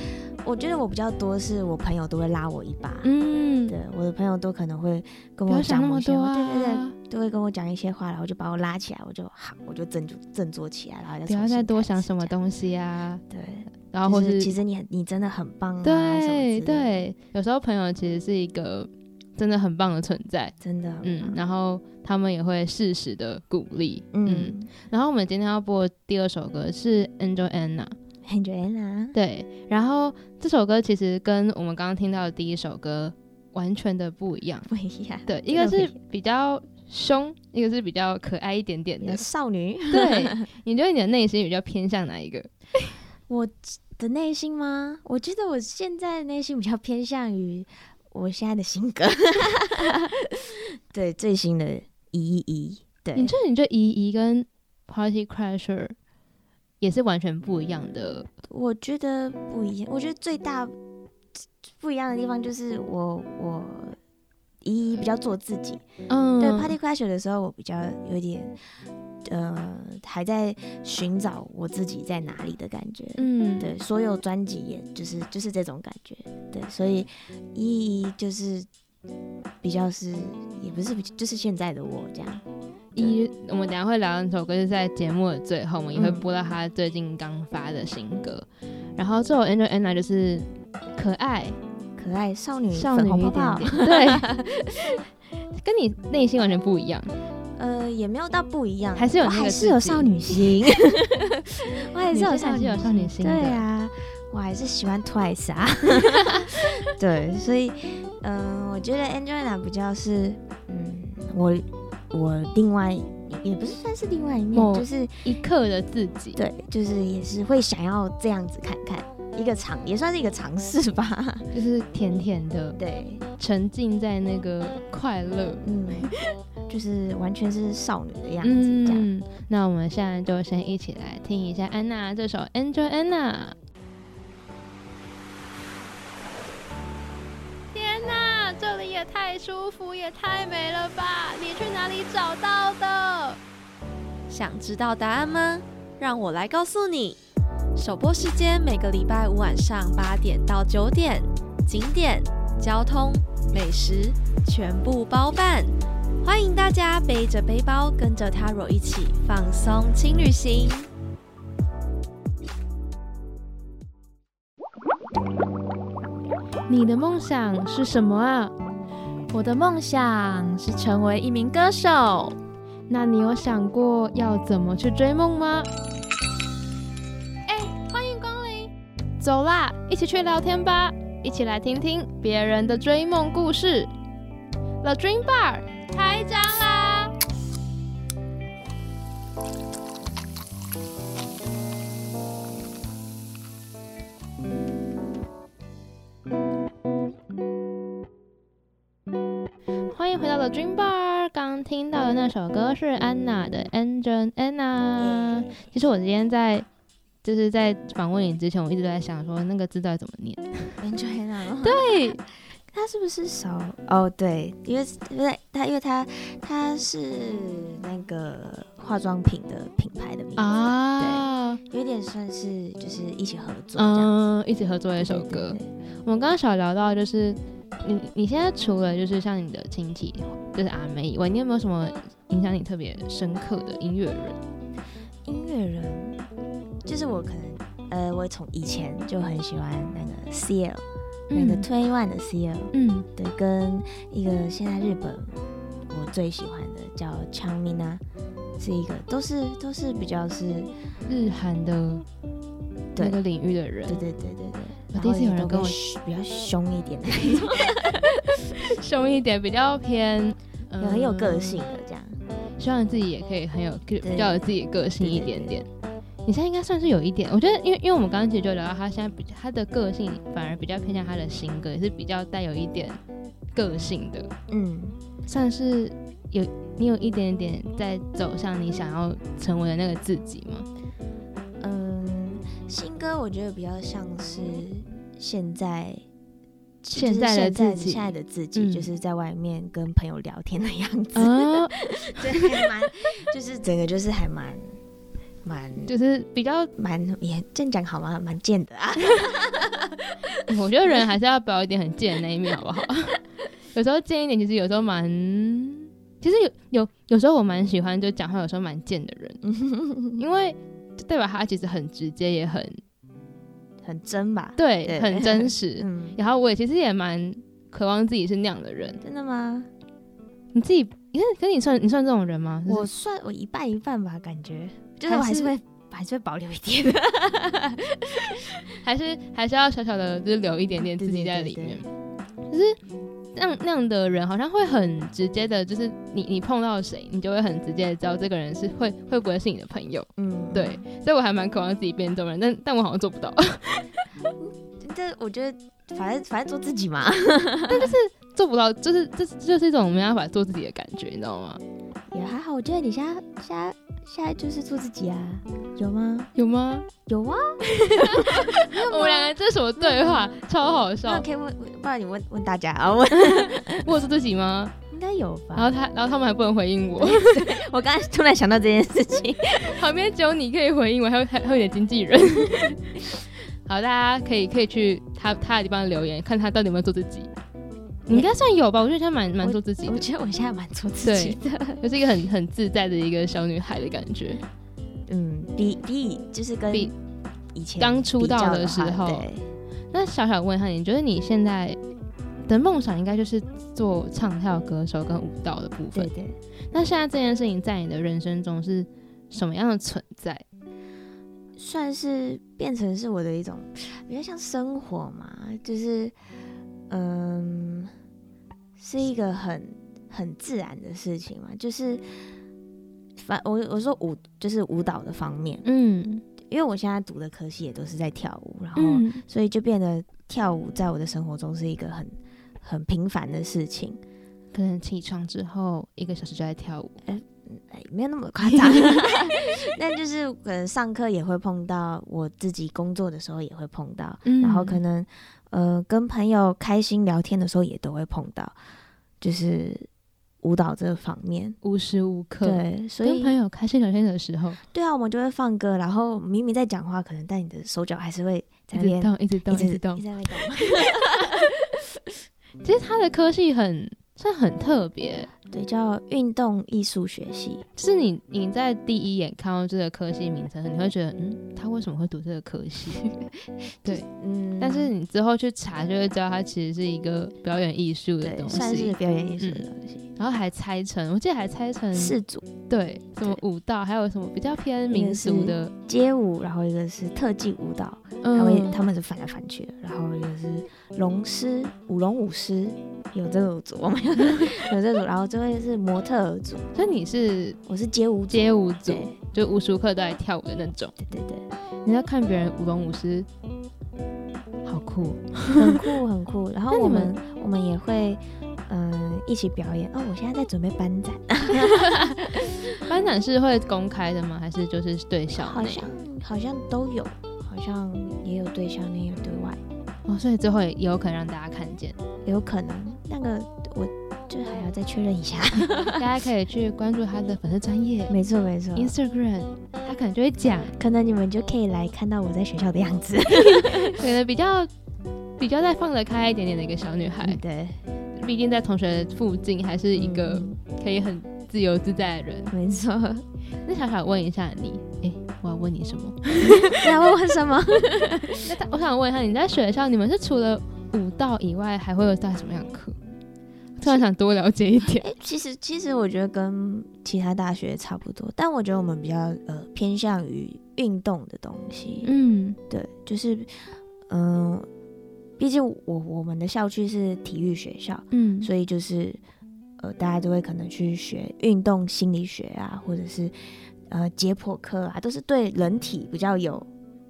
[SPEAKER 3] 我觉得我比较多是我朋友都会拉我一把，
[SPEAKER 1] 嗯，
[SPEAKER 3] 对，我的朋友都可能会跟
[SPEAKER 1] 不要
[SPEAKER 3] 我
[SPEAKER 1] 想
[SPEAKER 3] 讲
[SPEAKER 1] 那
[SPEAKER 3] 某
[SPEAKER 1] 么
[SPEAKER 3] 些
[SPEAKER 1] 多
[SPEAKER 3] 话，
[SPEAKER 1] 啊，
[SPEAKER 3] 对对对，都会跟我讲一些话，然后就把我拉起来，我就好，我就振作振作起来，然后再
[SPEAKER 1] 不要
[SPEAKER 3] 重新
[SPEAKER 1] 再多
[SPEAKER 3] 开始
[SPEAKER 1] 想什么
[SPEAKER 3] 这样
[SPEAKER 1] 东西啊，
[SPEAKER 3] 对，
[SPEAKER 1] 然后或
[SPEAKER 3] 就是
[SPEAKER 1] 是
[SPEAKER 3] 其实你很你真的很棒啊，什
[SPEAKER 1] 对
[SPEAKER 3] 么之类的，
[SPEAKER 1] 对，有时候朋友其实是一个真的很棒的存在，
[SPEAKER 3] 真的很
[SPEAKER 1] 嗯，
[SPEAKER 3] 棒，
[SPEAKER 1] 然后他们也会适时的鼓励，嗯
[SPEAKER 3] 嗯
[SPEAKER 1] 然后我们今天要播的第二首歌是 Angel Anna，
[SPEAKER 3] ，Angela，
[SPEAKER 1] 对。然后这首歌其实跟我们刚刚听到的第一首歌完全的不一样，
[SPEAKER 3] 不一样，
[SPEAKER 1] 对，一个
[SPEAKER 3] 真的不一
[SPEAKER 1] 是
[SPEAKER 3] 样
[SPEAKER 1] 比较凶，一个是比较可爱一点点的。
[SPEAKER 3] 少女，
[SPEAKER 1] 对，你觉得你的内心比较偏向哪一个？
[SPEAKER 3] 我的内心吗？我觉得我现在的内心比较偏向于我现在的性格， 对最新的一一一，对，
[SPEAKER 1] 你觉得你这怡怡跟 Party Crasher 也是完全不一样的，
[SPEAKER 3] 我觉得不一样，我觉得最大不一样的地方就是我我一一比较做自己，
[SPEAKER 1] 嗯，
[SPEAKER 3] 对 Party Crash 的时候，我比较有点呃还在寻找我自己在哪里的感觉，
[SPEAKER 1] 嗯，
[SPEAKER 3] 对，所有专辑也就是就是这种感觉，对，所以一一就是比较是也不是比就是现在的我这样，
[SPEAKER 1] 一，我们等一下会聊那首歌，是在节目的最后，我们也会
[SPEAKER 3] 嗯
[SPEAKER 1] 播到他最近刚发的新歌。然后这首《Angel Anna》就是可爱
[SPEAKER 3] 可爱少女
[SPEAKER 1] 少
[SPEAKER 3] 嗯粉
[SPEAKER 1] 女
[SPEAKER 3] 红
[SPEAKER 1] 一
[SPEAKER 3] 泡
[SPEAKER 1] 点
[SPEAKER 3] 泡，
[SPEAKER 1] 点，对，跟你内心完全不一样。
[SPEAKER 3] 呃，也没有到不一样，
[SPEAKER 1] 还是有
[SPEAKER 3] 我
[SPEAKER 1] 那个
[SPEAKER 3] 还
[SPEAKER 1] 自
[SPEAKER 3] 是有
[SPEAKER 1] 己
[SPEAKER 3] 少女心，我还
[SPEAKER 1] 你
[SPEAKER 3] 是有
[SPEAKER 1] 身
[SPEAKER 3] 少
[SPEAKER 1] 上
[SPEAKER 3] 女
[SPEAKER 1] 是有少女心的，
[SPEAKER 3] 对啊，我还是喜欢 Twice 啊。对，所以，嗯、我觉得 Angelina 比较是，嗯，我我另外也不是算是另外一面，
[SPEAKER 1] 某
[SPEAKER 3] 就是
[SPEAKER 1] 一刻的自己。
[SPEAKER 3] 对，就是也是会想要这样子看看，一个尝也算是一个尝试吧。
[SPEAKER 1] 就是甜甜的，
[SPEAKER 3] 对，
[SPEAKER 1] 沉浸在那个快乐。
[SPEAKER 3] 嗯，就是完全是少女的样子这样。
[SPEAKER 1] 嗯，那我们现在就先一起来听一下安娜这首《Angel Anna》。
[SPEAKER 5] 天呐，这里也太舒服，也太美了吧！你去哪里找到的？
[SPEAKER 2] 想知道答案吗？让我来告诉你。首播时间每个礼拜五晚上八点到九点，景点、交通、美食全部包办，欢迎大家背着背包，跟着 Taro 一起放松轻旅行。
[SPEAKER 1] 你的梦想是什么啊？
[SPEAKER 2] 我的梦想是成为一名歌手。
[SPEAKER 1] 那你有想过要怎么去追梦吗？哎，欢迎光临！走啦，一起去聊天吧，一起来听听别人的追梦故事。The Dream Bar 开张啦！欢迎回到 The Dream Bar。刚听到的那首歌是安娜的《Angel Anna》。其实我今天在就是在访问你之前，我一直都在想说那个字到底怎么念。
[SPEAKER 3] Angelina，
[SPEAKER 1] 对，啊
[SPEAKER 3] 他是不是少？哦，对，因为因为他因为他他是那个化妆品的品牌的名字，
[SPEAKER 1] 啊，
[SPEAKER 3] 有点算是就是一起合作这样子。
[SPEAKER 1] 嗯，一起合作一首
[SPEAKER 3] 对
[SPEAKER 1] 歌。
[SPEAKER 3] 对对
[SPEAKER 1] 我们刚刚小聊到，就是你你现在除了就是像你的亲戚，就是阿妹以外，你有没有什么影响你特别深刻的音乐人？
[SPEAKER 3] 音乐人，就是我可能呃，我从以前就很喜欢那个 CL，、那个 Twenty One 的 CL，
[SPEAKER 1] 嗯
[SPEAKER 3] 对，跟一个现在日本我最喜欢的叫 c h a m i n a 是一个都是都是比较是，
[SPEAKER 1] 日韩的那
[SPEAKER 3] 对
[SPEAKER 1] 个领域的人
[SPEAKER 3] 对，对对对对。
[SPEAKER 1] 我
[SPEAKER 3] 然
[SPEAKER 1] 第一
[SPEAKER 3] 后
[SPEAKER 1] 次有
[SPEAKER 3] 也
[SPEAKER 1] 人
[SPEAKER 3] 都
[SPEAKER 1] 跟
[SPEAKER 3] 跟
[SPEAKER 1] 我
[SPEAKER 3] 比较凶一点的，
[SPEAKER 1] 凶一点，比较偏。 嗯
[SPEAKER 3] 很有个性，的这样。
[SPEAKER 1] 希望自己也可以很有比较有自己的个性一点点。你现在应该算是有一点，我觉得，因为因为我们刚刚其实就聊到他现在比较他的个性反而比较偏向他的性格，也是比较带有一点个性的，
[SPEAKER 3] 嗯，
[SPEAKER 1] 算是有你有一点点在走向你想要成为的那个自己吗？
[SPEAKER 3] 嗯，新歌我觉得比较像是现在。就是
[SPEAKER 1] 现在的
[SPEAKER 3] 现在
[SPEAKER 1] 自己
[SPEAKER 3] 现在的自
[SPEAKER 1] 嗯
[SPEAKER 3] 己，就是在外面跟朋友聊天的样子，
[SPEAKER 1] 啊，
[SPEAKER 3] 对，还蛮， 就是整个就是还蛮，蛮，
[SPEAKER 1] 就是比较，
[SPEAKER 3] 蛮也这样讲好吗？蛮贱的啊，
[SPEAKER 1] 我觉得人还是要保有一点很贱的那一面，好不 好？有时候贱一点，其实有时候蛮，其实有有有时候我蛮喜欢就讲话有时候蛮贱的人， 因为就代表他其实很直接，也很
[SPEAKER 3] 很真吧？
[SPEAKER 1] 对，
[SPEAKER 3] 对
[SPEAKER 1] 很真实。
[SPEAKER 3] 嗯，
[SPEAKER 1] 然后我也其实也蛮渴望自己是那样的人。
[SPEAKER 3] 真的吗？
[SPEAKER 1] 你自己，你看，跟你算你算这种人吗？就是
[SPEAKER 3] 我算我一半一半吧，感觉就是
[SPEAKER 1] 还
[SPEAKER 3] 我还是
[SPEAKER 1] 是
[SPEAKER 3] 会还是会保留一点的。
[SPEAKER 1] 还是还是要小小的，就是留一点点自己在里面。可是那样那样的人，好像会很直接的，就是你你碰到谁，你就会很直接的知道这个人是会会不会是你的朋友。
[SPEAKER 3] 嗯，
[SPEAKER 1] 对，所以我还蛮渴望自己变这种人，但但我好像做不到。
[SPEAKER 3] 这我觉得反正反正做自己嘛，
[SPEAKER 1] 做不到，就是这这就是一种没办法做自己的感觉，你知道吗？
[SPEAKER 3] 也还好。我觉得你现在现在现在就是做自己啊，有吗？
[SPEAKER 1] 有吗？
[SPEAKER 3] 有啊。
[SPEAKER 1] 我们两个这是什么对话？超好
[SPEAKER 3] 那
[SPEAKER 1] 笑。
[SPEAKER 3] 可以问，不然你问问大家啊，我
[SPEAKER 1] 我是自己吗？
[SPEAKER 3] 应该有
[SPEAKER 1] 然后
[SPEAKER 3] 吧？
[SPEAKER 1] 他，然后他们还不能回应我，
[SPEAKER 3] 我刚才突然想到这件事情，
[SPEAKER 1] 旁边只有你可以回应我，还有还有你的经纪人。 好，大家可以可以去他他的地方留言，看他到底有没有做自己。你应该算有吧？我觉得他蛮蛮做自己
[SPEAKER 3] 我
[SPEAKER 1] 的，
[SPEAKER 3] 觉得我现在蛮做自己 的。
[SPEAKER 1] 就是一个很很自在的一个小女孩的感觉。
[SPEAKER 3] 嗯，比比就是跟
[SPEAKER 1] 比
[SPEAKER 3] 以前
[SPEAKER 1] 刚出道
[SPEAKER 3] 比较
[SPEAKER 1] 的
[SPEAKER 3] 的
[SPEAKER 1] 时
[SPEAKER 3] 话
[SPEAKER 1] 候
[SPEAKER 3] 对，
[SPEAKER 1] 那小小问一下，你觉得你现在的梦想应该就是做唱跳歌手跟舞蹈的部
[SPEAKER 3] 对
[SPEAKER 1] 分？
[SPEAKER 3] 对。
[SPEAKER 1] 那现在这件事情在你的人生中是什么样的存在？
[SPEAKER 3] 算是变成是我的一种比较像生活嘛，就是嗯，是一个很很自然的事情嘛，就是反我我说舞就是舞蹈的方面，
[SPEAKER 1] 嗯
[SPEAKER 3] 因为我现在读的科系也都是在跳舞，然后、
[SPEAKER 1] 嗯
[SPEAKER 3] 所以就变得跳舞在我的生活中是一个很很平凡的事情，
[SPEAKER 1] 可能起床之后一个小时就在跳舞，
[SPEAKER 3] 哎没有那么夸张， 但就是可能上课也会碰到，我自己工作的时候也会碰到，
[SPEAKER 1] 嗯
[SPEAKER 3] 然后可能呃跟朋友开心聊天的时候也都会碰到，就是舞蹈这方面。
[SPEAKER 1] 无时无刻
[SPEAKER 3] 对，所
[SPEAKER 1] 跟
[SPEAKER 3] 以
[SPEAKER 1] 朋友开心聊天的时候，
[SPEAKER 3] 对啊，我们就会放歌，然后明明在讲话，可能但你的手脚还是会在
[SPEAKER 1] 一
[SPEAKER 3] 那
[SPEAKER 1] 直
[SPEAKER 3] 边
[SPEAKER 1] 动，一直动，一直
[SPEAKER 3] 一
[SPEAKER 1] 动
[SPEAKER 3] 直。在那 边
[SPEAKER 1] 其实他的科系很算很特别，
[SPEAKER 3] 动。对，叫运动艺术学系。
[SPEAKER 1] 就是你你在第一眼看到这个科系名称，你会觉得嗯，他为什么会读这个科系？对，
[SPEAKER 3] 嗯
[SPEAKER 1] 但是你之后去查就会知道，它其实是一个表演艺术的
[SPEAKER 3] 对，
[SPEAKER 1] 东
[SPEAKER 3] 算是
[SPEAKER 1] 西，
[SPEAKER 3] 表演艺
[SPEAKER 1] 嗯
[SPEAKER 3] 术的东西。
[SPEAKER 1] 然后还拆成，我记得还拆成
[SPEAKER 3] 四组，
[SPEAKER 1] 对什么舞蹈，还有什么比较偏
[SPEAKER 3] 一个
[SPEAKER 1] 民俗
[SPEAKER 3] 是
[SPEAKER 1] 的，
[SPEAKER 3] 街舞，然后一个是特技舞蹈，他会
[SPEAKER 1] 嗯，
[SPEAKER 3] 他们是翻来翻去的，然后一个是龙狮舞龙舞狮，有这个组，我们 有有这组，然后最后一个是模特儿组，
[SPEAKER 1] 所以你是
[SPEAKER 3] 我是街舞组，
[SPEAKER 1] 街舞组
[SPEAKER 3] 对，
[SPEAKER 1] 就无时无刻都在跳舞的那种。
[SPEAKER 3] 对对对，
[SPEAKER 1] 你在看别人舞龙舞狮，好酷！哦
[SPEAKER 3] 很酷很酷。然后
[SPEAKER 1] 那
[SPEAKER 3] 我
[SPEAKER 1] 你
[SPEAKER 3] 们
[SPEAKER 1] 们
[SPEAKER 3] 我们也会嗯、一起表演哦，我现在在准备班展，
[SPEAKER 1] 班展是会公开的吗？还是就是对校
[SPEAKER 3] 好
[SPEAKER 1] 内？
[SPEAKER 3] 像好像都有，好像也有对象，也有对外，
[SPEAKER 1] 哦，所以最后也有可能让大家看见。
[SPEAKER 3] 有可能那个我就就还要再确认一下。
[SPEAKER 1] 大家可以去关注他的粉丝专业
[SPEAKER 3] 没错没错，
[SPEAKER 1] Instagram，他可能就会讲，
[SPEAKER 3] 可能你们就可以来看到我在学校的样子。
[SPEAKER 1] 可能比较比较再放得开一点点的一个小女孩，
[SPEAKER 3] 嗯对，
[SPEAKER 1] 毕竟在同学附近还是一个
[SPEAKER 3] 嗯
[SPEAKER 1] 可以很自由自在的人。
[SPEAKER 3] 没错。
[SPEAKER 1] 那小小问一下你，哎、我要问你什 么？
[SPEAKER 3] 你要问我什 么？
[SPEAKER 1] 那他我想问一下，你在学校你们是除了舞蹈以外，还会有带什么样的课？突然想多了解一点。
[SPEAKER 3] 哎、其实其实我觉得跟其他大学差不多，但我觉得我们比较呃偏向于运动的东西。
[SPEAKER 1] 嗯
[SPEAKER 3] 对，就是嗯、毕竟我我们的校区是体育学校，
[SPEAKER 1] 嗯
[SPEAKER 3] 所以就是呃大家都会可能去学运动心理学啊，或者是呃解剖课啊，都是对人体比较有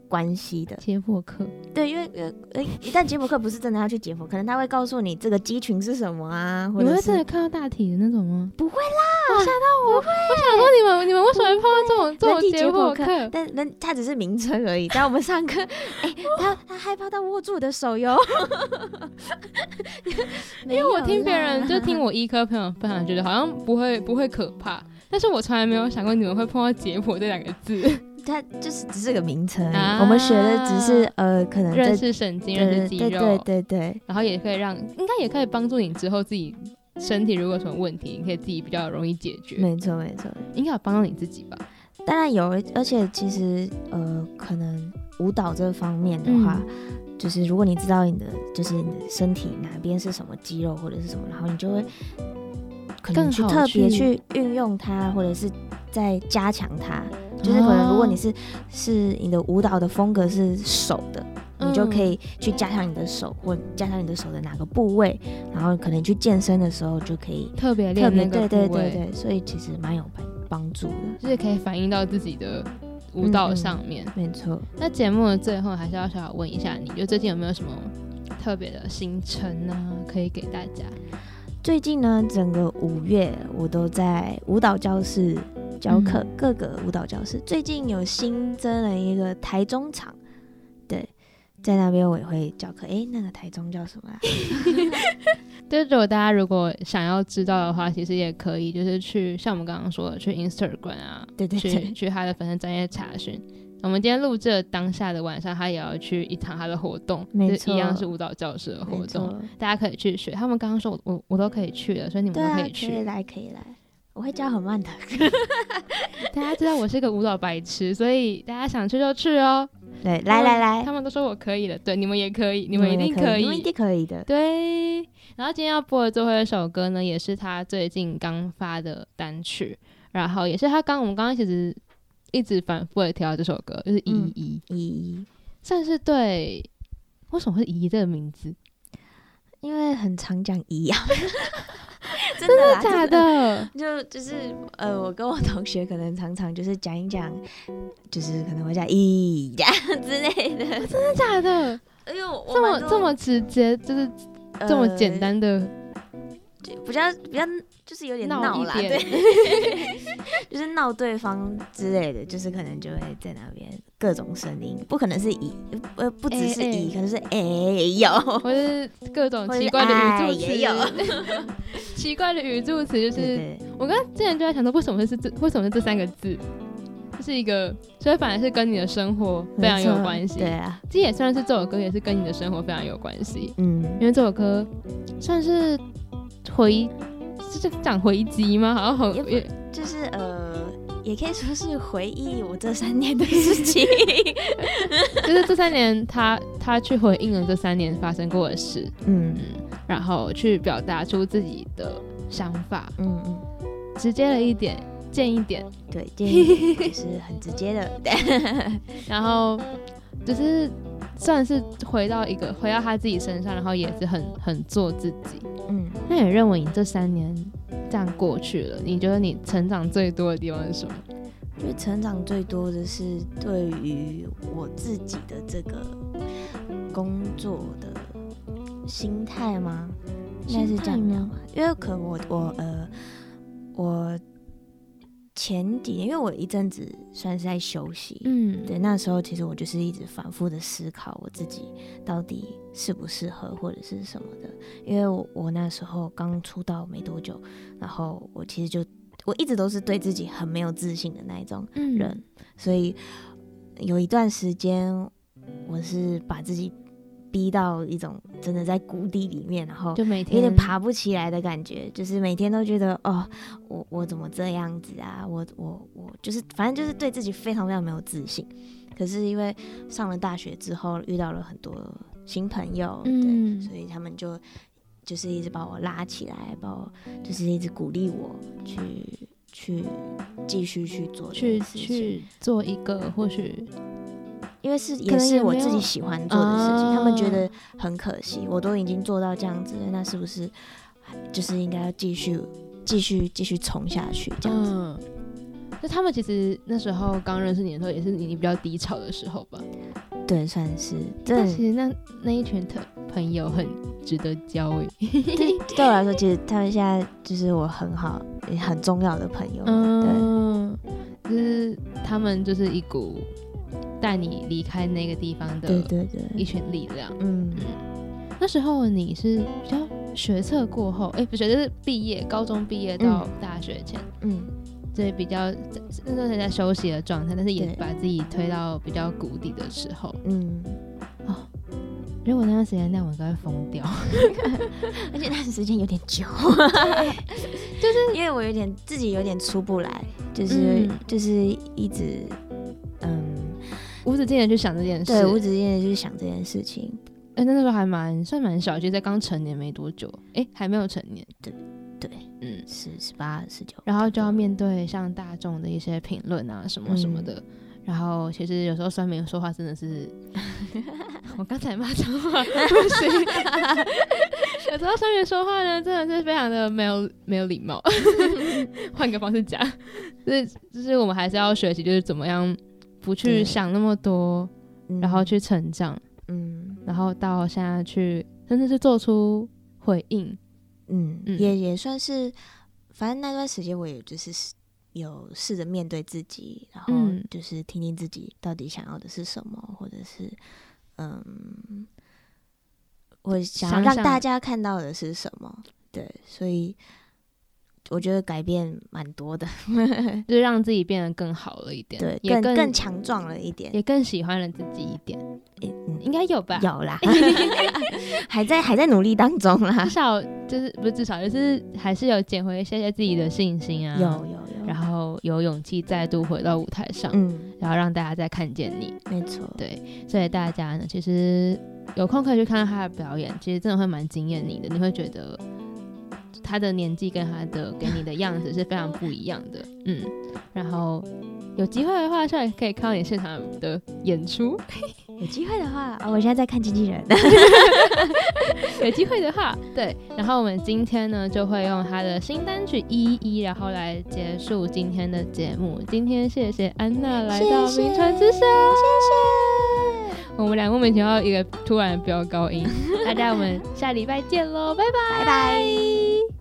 [SPEAKER 3] 关系的。
[SPEAKER 1] 解剖课，
[SPEAKER 3] 对，因为呃呃一旦解剖课不是真的要去解剖，可能他会告诉你这个肌群是什么啊，或
[SPEAKER 1] 你们
[SPEAKER 3] 者
[SPEAKER 1] 会真
[SPEAKER 3] 是
[SPEAKER 1] 的看到大体的那种吗？
[SPEAKER 3] 不会
[SPEAKER 1] 哇，吓到我！我想说你们你们为什么会碰到这种这
[SPEAKER 3] 人
[SPEAKER 1] 种
[SPEAKER 3] 体
[SPEAKER 1] 解
[SPEAKER 3] 解
[SPEAKER 1] 剖
[SPEAKER 3] 剖
[SPEAKER 1] 课？
[SPEAKER 3] 但那它只是名称而已。但我们上课，哎、他他害怕到握住我的手哟。
[SPEAKER 1] 因为我听别人，就听我医科朋 友分享，觉得好像不会不会可怕，但是我从来没有想过你们会碰到解剖这两个字，
[SPEAKER 3] 它就是只是个名称而已、
[SPEAKER 1] 啊
[SPEAKER 3] 我们学的只是呃，可 能
[SPEAKER 1] 认
[SPEAKER 3] 在
[SPEAKER 1] 识神经，认
[SPEAKER 3] 对
[SPEAKER 1] 识肌
[SPEAKER 3] 对
[SPEAKER 1] 肉，
[SPEAKER 3] 对对对，
[SPEAKER 1] 然后也可以让，应该也可以帮助你之后自己身体如果有什么问题，你可以自己比较容易解决，
[SPEAKER 3] 没错没错。
[SPEAKER 1] 应该有帮到你自己吧？
[SPEAKER 3] 当然有，而且其实呃，可能舞蹈这方面的话。
[SPEAKER 1] 嗯
[SPEAKER 3] 就是如果你知道你的就是你的身体哪边是什么肌肉或者是什么，然后你就会可能
[SPEAKER 1] 更
[SPEAKER 3] 去
[SPEAKER 1] 好
[SPEAKER 3] 特别
[SPEAKER 1] 去
[SPEAKER 3] 去运用它，或者是再加强它。就是可能如果你
[SPEAKER 1] 哦
[SPEAKER 3] 是、是你的舞蹈的风格是手的，
[SPEAKER 1] 哦嗯
[SPEAKER 3] 你就可以去加强你的手，或加强你的手的哪个部位，然后可能去健身的时候就可以
[SPEAKER 1] 嗯特别
[SPEAKER 3] 特
[SPEAKER 1] 练
[SPEAKER 3] 别
[SPEAKER 1] 那
[SPEAKER 3] 对
[SPEAKER 1] 个
[SPEAKER 3] 对
[SPEAKER 1] 部
[SPEAKER 3] 对
[SPEAKER 1] 位，
[SPEAKER 3] 对，所以其实蛮有帮帮助的，
[SPEAKER 1] 就是可以反映到自己的舞
[SPEAKER 3] 嗯
[SPEAKER 1] 蹈上面。
[SPEAKER 3] 没错。
[SPEAKER 1] 那节目的最后还是要小小问一下你，就最近有没有什么特别的行程呢、可以给大家？
[SPEAKER 3] 最近呢，整个五月我都在舞蹈教室教课，
[SPEAKER 1] 嗯
[SPEAKER 3] 各个舞蹈教室。最近有新增了一个台中场，对，在那边我也会教课。诶，那个台中叫什么、 啊？
[SPEAKER 1] 就是如果大家如果想要知道的话，其实也可以，就是去像我们刚刚说的，去 Instagram 啊，
[SPEAKER 3] 对 对
[SPEAKER 1] 去
[SPEAKER 3] 对，
[SPEAKER 1] 去他的粉丝专业查询。我们今天录制的当下的晚上，他也要去一堂他的活动，
[SPEAKER 3] 没
[SPEAKER 1] 就是一样
[SPEAKER 3] 错
[SPEAKER 1] 是舞蹈教室的活
[SPEAKER 3] 没
[SPEAKER 1] 动，
[SPEAKER 3] 错，
[SPEAKER 1] 大家可以去学。他们刚刚说我我我都可以去了，所以你们
[SPEAKER 3] 对
[SPEAKER 1] 都
[SPEAKER 3] 啊，
[SPEAKER 1] 可以
[SPEAKER 3] 可
[SPEAKER 1] 去。
[SPEAKER 3] 以来，可以来。我会教很 慢的，
[SPEAKER 1] 大家知道我是个舞蹈白痴，所以大家想去就去哦。
[SPEAKER 3] 对，来来
[SPEAKER 1] 他
[SPEAKER 3] 来，
[SPEAKER 1] 们都说我可以的，对，你们也可以，你们一
[SPEAKER 3] 也
[SPEAKER 1] 定
[SPEAKER 3] 可
[SPEAKER 1] 可
[SPEAKER 3] 你们一
[SPEAKER 1] 以。
[SPEAKER 3] 定可以的。
[SPEAKER 1] 对，然后今天要播的最后一首歌呢，也是他最近刚发的单曲，然后也是他刚我们刚刚其实一直反复的提到这首歌，就是依
[SPEAKER 3] 嗯
[SPEAKER 1] 依，
[SPEAKER 3] 咦，
[SPEAKER 1] 算是对。为什么会依依这个名字？
[SPEAKER 3] 因为很常讲咦啊， 真的啦
[SPEAKER 1] 假的？
[SPEAKER 3] 就就是呃，我跟我同学可能常常就是讲一讲，就是可能会讲咦呀之类的。
[SPEAKER 1] 真的假的？
[SPEAKER 3] 哎呦，我
[SPEAKER 1] 这么
[SPEAKER 3] 蛮多
[SPEAKER 1] 这么直接，就是这么简，单的
[SPEAKER 3] 呃比较比较就是有点
[SPEAKER 1] 闹
[SPEAKER 3] 闹
[SPEAKER 1] 一
[SPEAKER 3] 啦，
[SPEAKER 1] 点
[SPEAKER 3] 对，就是闹对方之类的，就是可能就会在那边各种声音，不可能是咦，呃，不只是
[SPEAKER 1] 哎哎
[SPEAKER 3] 咦，可能是哎有，
[SPEAKER 1] 或是各种
[SPEAKER 3] 或者
[SPEAKER 1] 奇
[SPEAKER 3] 是
[SPEAKER 1] 怪的
[SPEAKER 3] 哎
[SPEAKER 1] 语助
[SPEAKER 3] 也有
[SPEAKER 1] 词， 奇怪的语助词 就是
[SPEAKER 3] 对对
[SPEAKER 1] 我刚刚之前就在想说，为什么是这为什么是这三个字？这是一个，所以反而是跟你的生活非常有关系。
[SPEAKER 3] 对，啊，
[SPEAKER 1] 这也算是这首歌，也是跟你的生活非常有关系，
[SPEAKER 3] 嗯
[SPEAKER 1] 因，为这首歌算是回，是这讲回击吗？好像
[SPEAKER 3] 也
[SPEAKER 1] 很
[SPEAKER 3] 不
[SPEAKER 1] 也
[SPEAKER 3] 就是呃，也可以说是回忆我这三年的事 情。
[SPEAKER 1] 就是这三年他他去回应了这三年发生过的事，
[SPEAKER 3] 嗯
[SPEAKER 1] 然后去表达出自己的想法，
[SPEAKER 3] 嗯嗯，
[SPEAKER 1] 直接了一点，贱一点，
[SPEAKER 3] 对，建议就是很直接 的。对
[SPEAKER 1] 然后就是算是回到一个回到他自己身上，然后也是很很做自己。
[SPEAKER 3] 嗯，
[SPEAKER 1] 那你认为你这三年这样过去了，你觉得你成长最多的地方是什么？
[SPEAKER 3] 我觉得成长最多的是对于我自己的这个工作的心态吗？应该是
[SPEAKER 1] 心
[SPEAKER 3] 这样
[SPEAKER 1] 态
[SPEAKER 3] 讲
[SPEAKER 1] 吗
[SPEAKER 3] 吧，因为可能我我呃我前几年，因为我一阵子算是在休息，
[SPEAKER 1] 嗯，
[SPEAKER 3] 对，那时候其实我就是一直反复的思考我自己到底适不适合或者是什么的，因为我我那时候刚出道没多久，然后我其实就我一直都是对自己很没有自信的那一种
[SPEAKER 1] 嗯
[SPEAKER 3] 人，所以有一段时间我是把自己逼到一种真的在谷底里面，然后
[SPEAKER 1] 就每天
[SPEAKER 3] 有点爬不起来的感觉，就是每天都觉得哦，我我怎么这样子啊？我我我就是反正就是对自己非常非常没有自信。可是因为上了大学之后，遇到了很多新朋友，
[SPEAKER 1] 嗯
[SPEAKER 3] 对，所以他们就就是一直把我拉起来，把我就是一直鼓励我去去继续去做这
[SPEAKER 1] 去
[SPEAKER 3] 件事情，
[SPEAKER 1] 去做一个或许
[SPEAKER 3] 因为是
[SPEAKER 1] 可
[SPEAKER 3] 也嗯
[SPEAKER 1] 能也
[SPEAKER 3] 是我
[SPEAKER 1] 没有
[SPEAKER 3] 自己喜欢做的事情，
[SPEAKER 1] 啊
[SPEAKER 3] 他们觉得很可惜，我都已经做到这样子了，那是不是就是应该要继续继续继续冲下去这样子？
[SPEAKER 1] 嗯。那他们其实那时候刚认识你的时候，也是你你比较低潮的时候吧？
[SPEAKER 3] 对，算嗯是
[SPEAKER 1] 但
[SPEAKER 3] 对
[SPEAKER 1] 其实那那一群特朋友很值得交诶。
[SPEAKER 3] 对对我来说，其实他们现在就是我很好也很重要的朋友，对。
[SPEAKER 1] 嗯，就是他们就是一股带你离开那个地方
[SPEAKER 3] 对
[SPEAKER 1] 的
[SPEAKER 3] 对
[SPEAKER 1] 一
[SPEAKER 3] 对，
[SPEAKER 1] 群力量。
[SPEAKER 3] 嗯，
[SPEAKER 1] 那时候你是比较学测过后，哎、不学就是毕业，高中毕业到大学前，
[SPEAKER 3] 嗯，
[SPEAKER 1] 所以比较在那时候在休息的状态，但是也
[SPEAKER 3] 对
[SPEAKER 1] 把自己推到比较谷底的时候。
[SPEAKER 3] 嗯，
[SPEAKER 1] 如果那段时间那样我应该会疯掉。
[SPEAKER 3] 而且那段时间有点久， 就是因为我有点自己有点出不来，就是、
[SPEAKER 1] 嗯
[SPEAKER 3] 就是一直，嗯，
[SPEAKER 1] 无止境的去想这件事，
[SPEAKER 3] 对，无止境的就是想这件事情，
[SPEAKER 1] 哎、那时候还蛮算蛮小，其实才刚成年没多久，哎、还没有成年，
[SPEAKER 3] 对，
[SPEAKER 1] 嗯，
[SPEAKER 3] 十十八、十九，
[SPEAKER 1] 然后就要
[SPEAKER 3] 哦
[SPEAKER 1] 面对像大众的一些评论啊什么什
[SPEAKER 3] 嗯
[SPEAKER 1] 么的。然后其实有时候酸民说话真的 是，我刚才骂脏话，不行。 有时候酸民说话呢，真的是非常的没有没有礼 貌。换个方式讲，就是就是我们还是要学习，就是怎么样不去
[SPEAKER 3] 对
[SPEAKER 1] 想那么多，
[SPEAKER 3] 嗯
[SPEAKER 1] 然后去成长，
[SPEAKER 3] 嗯
[SPEAKER 1] 然后到现在去甚至是做出回应。
[SPEAKER 3] 嗯，
[SPEAKER 1] 嗯
[SPEAKER 3] 也也算是，反正那段时间我也就是试有试着面对自己，然后
[SPEAKER 1] 嗯
[SPEAKER 3] 就是听听自己到底想要的是什么，或者是嗯，我想要
[SPEAKER 1] 想
[SPEAKER 3] 让
[SPEAKER 1] 想
[SPEAKER 3] 大家看到的是什么，对，所以我觉得改变蛮多的，
[SPEAKER 1] 就是让自己变得更好了一点，
[SPEAKER 3] 嗯对，
[SPEAKER 1] 也
[SPEAKER 3] 更
[SPEAKER 1] 更
[SPEAKER 3] 更强壮了一点，
[SPEAKER 1] 也啊更喜欢了自己一点，
[SPEAKER 3] 嗯，
[SPEAKER 1] 应该有吧？
[SPEAKER 3] 有 啦，还在还在努力当中啦
[SPEAKER 1] 至，少就是不是至少就是还是有捡回一些些自己的信心啊，
[SPEAKER 3] 有，有有，
[SPEAKER 1] 然后有勇气再度回到舞台上，
[SPEAKER 3] 嗯，
[SPEAKER 1] 然后让大家再看见你。
[SPEAKER 3] 没错，
[SPEAKER 1] 对，所以大家呢，其实有空可以去看看他的表演，其实真的会蛮惊艳你的，你会觉得他的年纪跟他的给你的样子是非常不一样的，嗯，然后。有机会的话，下来可以看到你现场的演出。
[SPEAKER 3] 有机会的话，哦，我现在在看经纪人。
[SPEAKER 1] 有机会的话，对。然后我们今天呢，就会用他的新单曲《一一》，然后来结束今天的节目。今天谢谢安娜来到
[SPEAKER 3] 谢谢
[SPEAKER 1] 名传之声，谢谢。我们俩莫名其 妙一个突然飙高音，大家我们下礼拜见喽，拜拜，拜拜。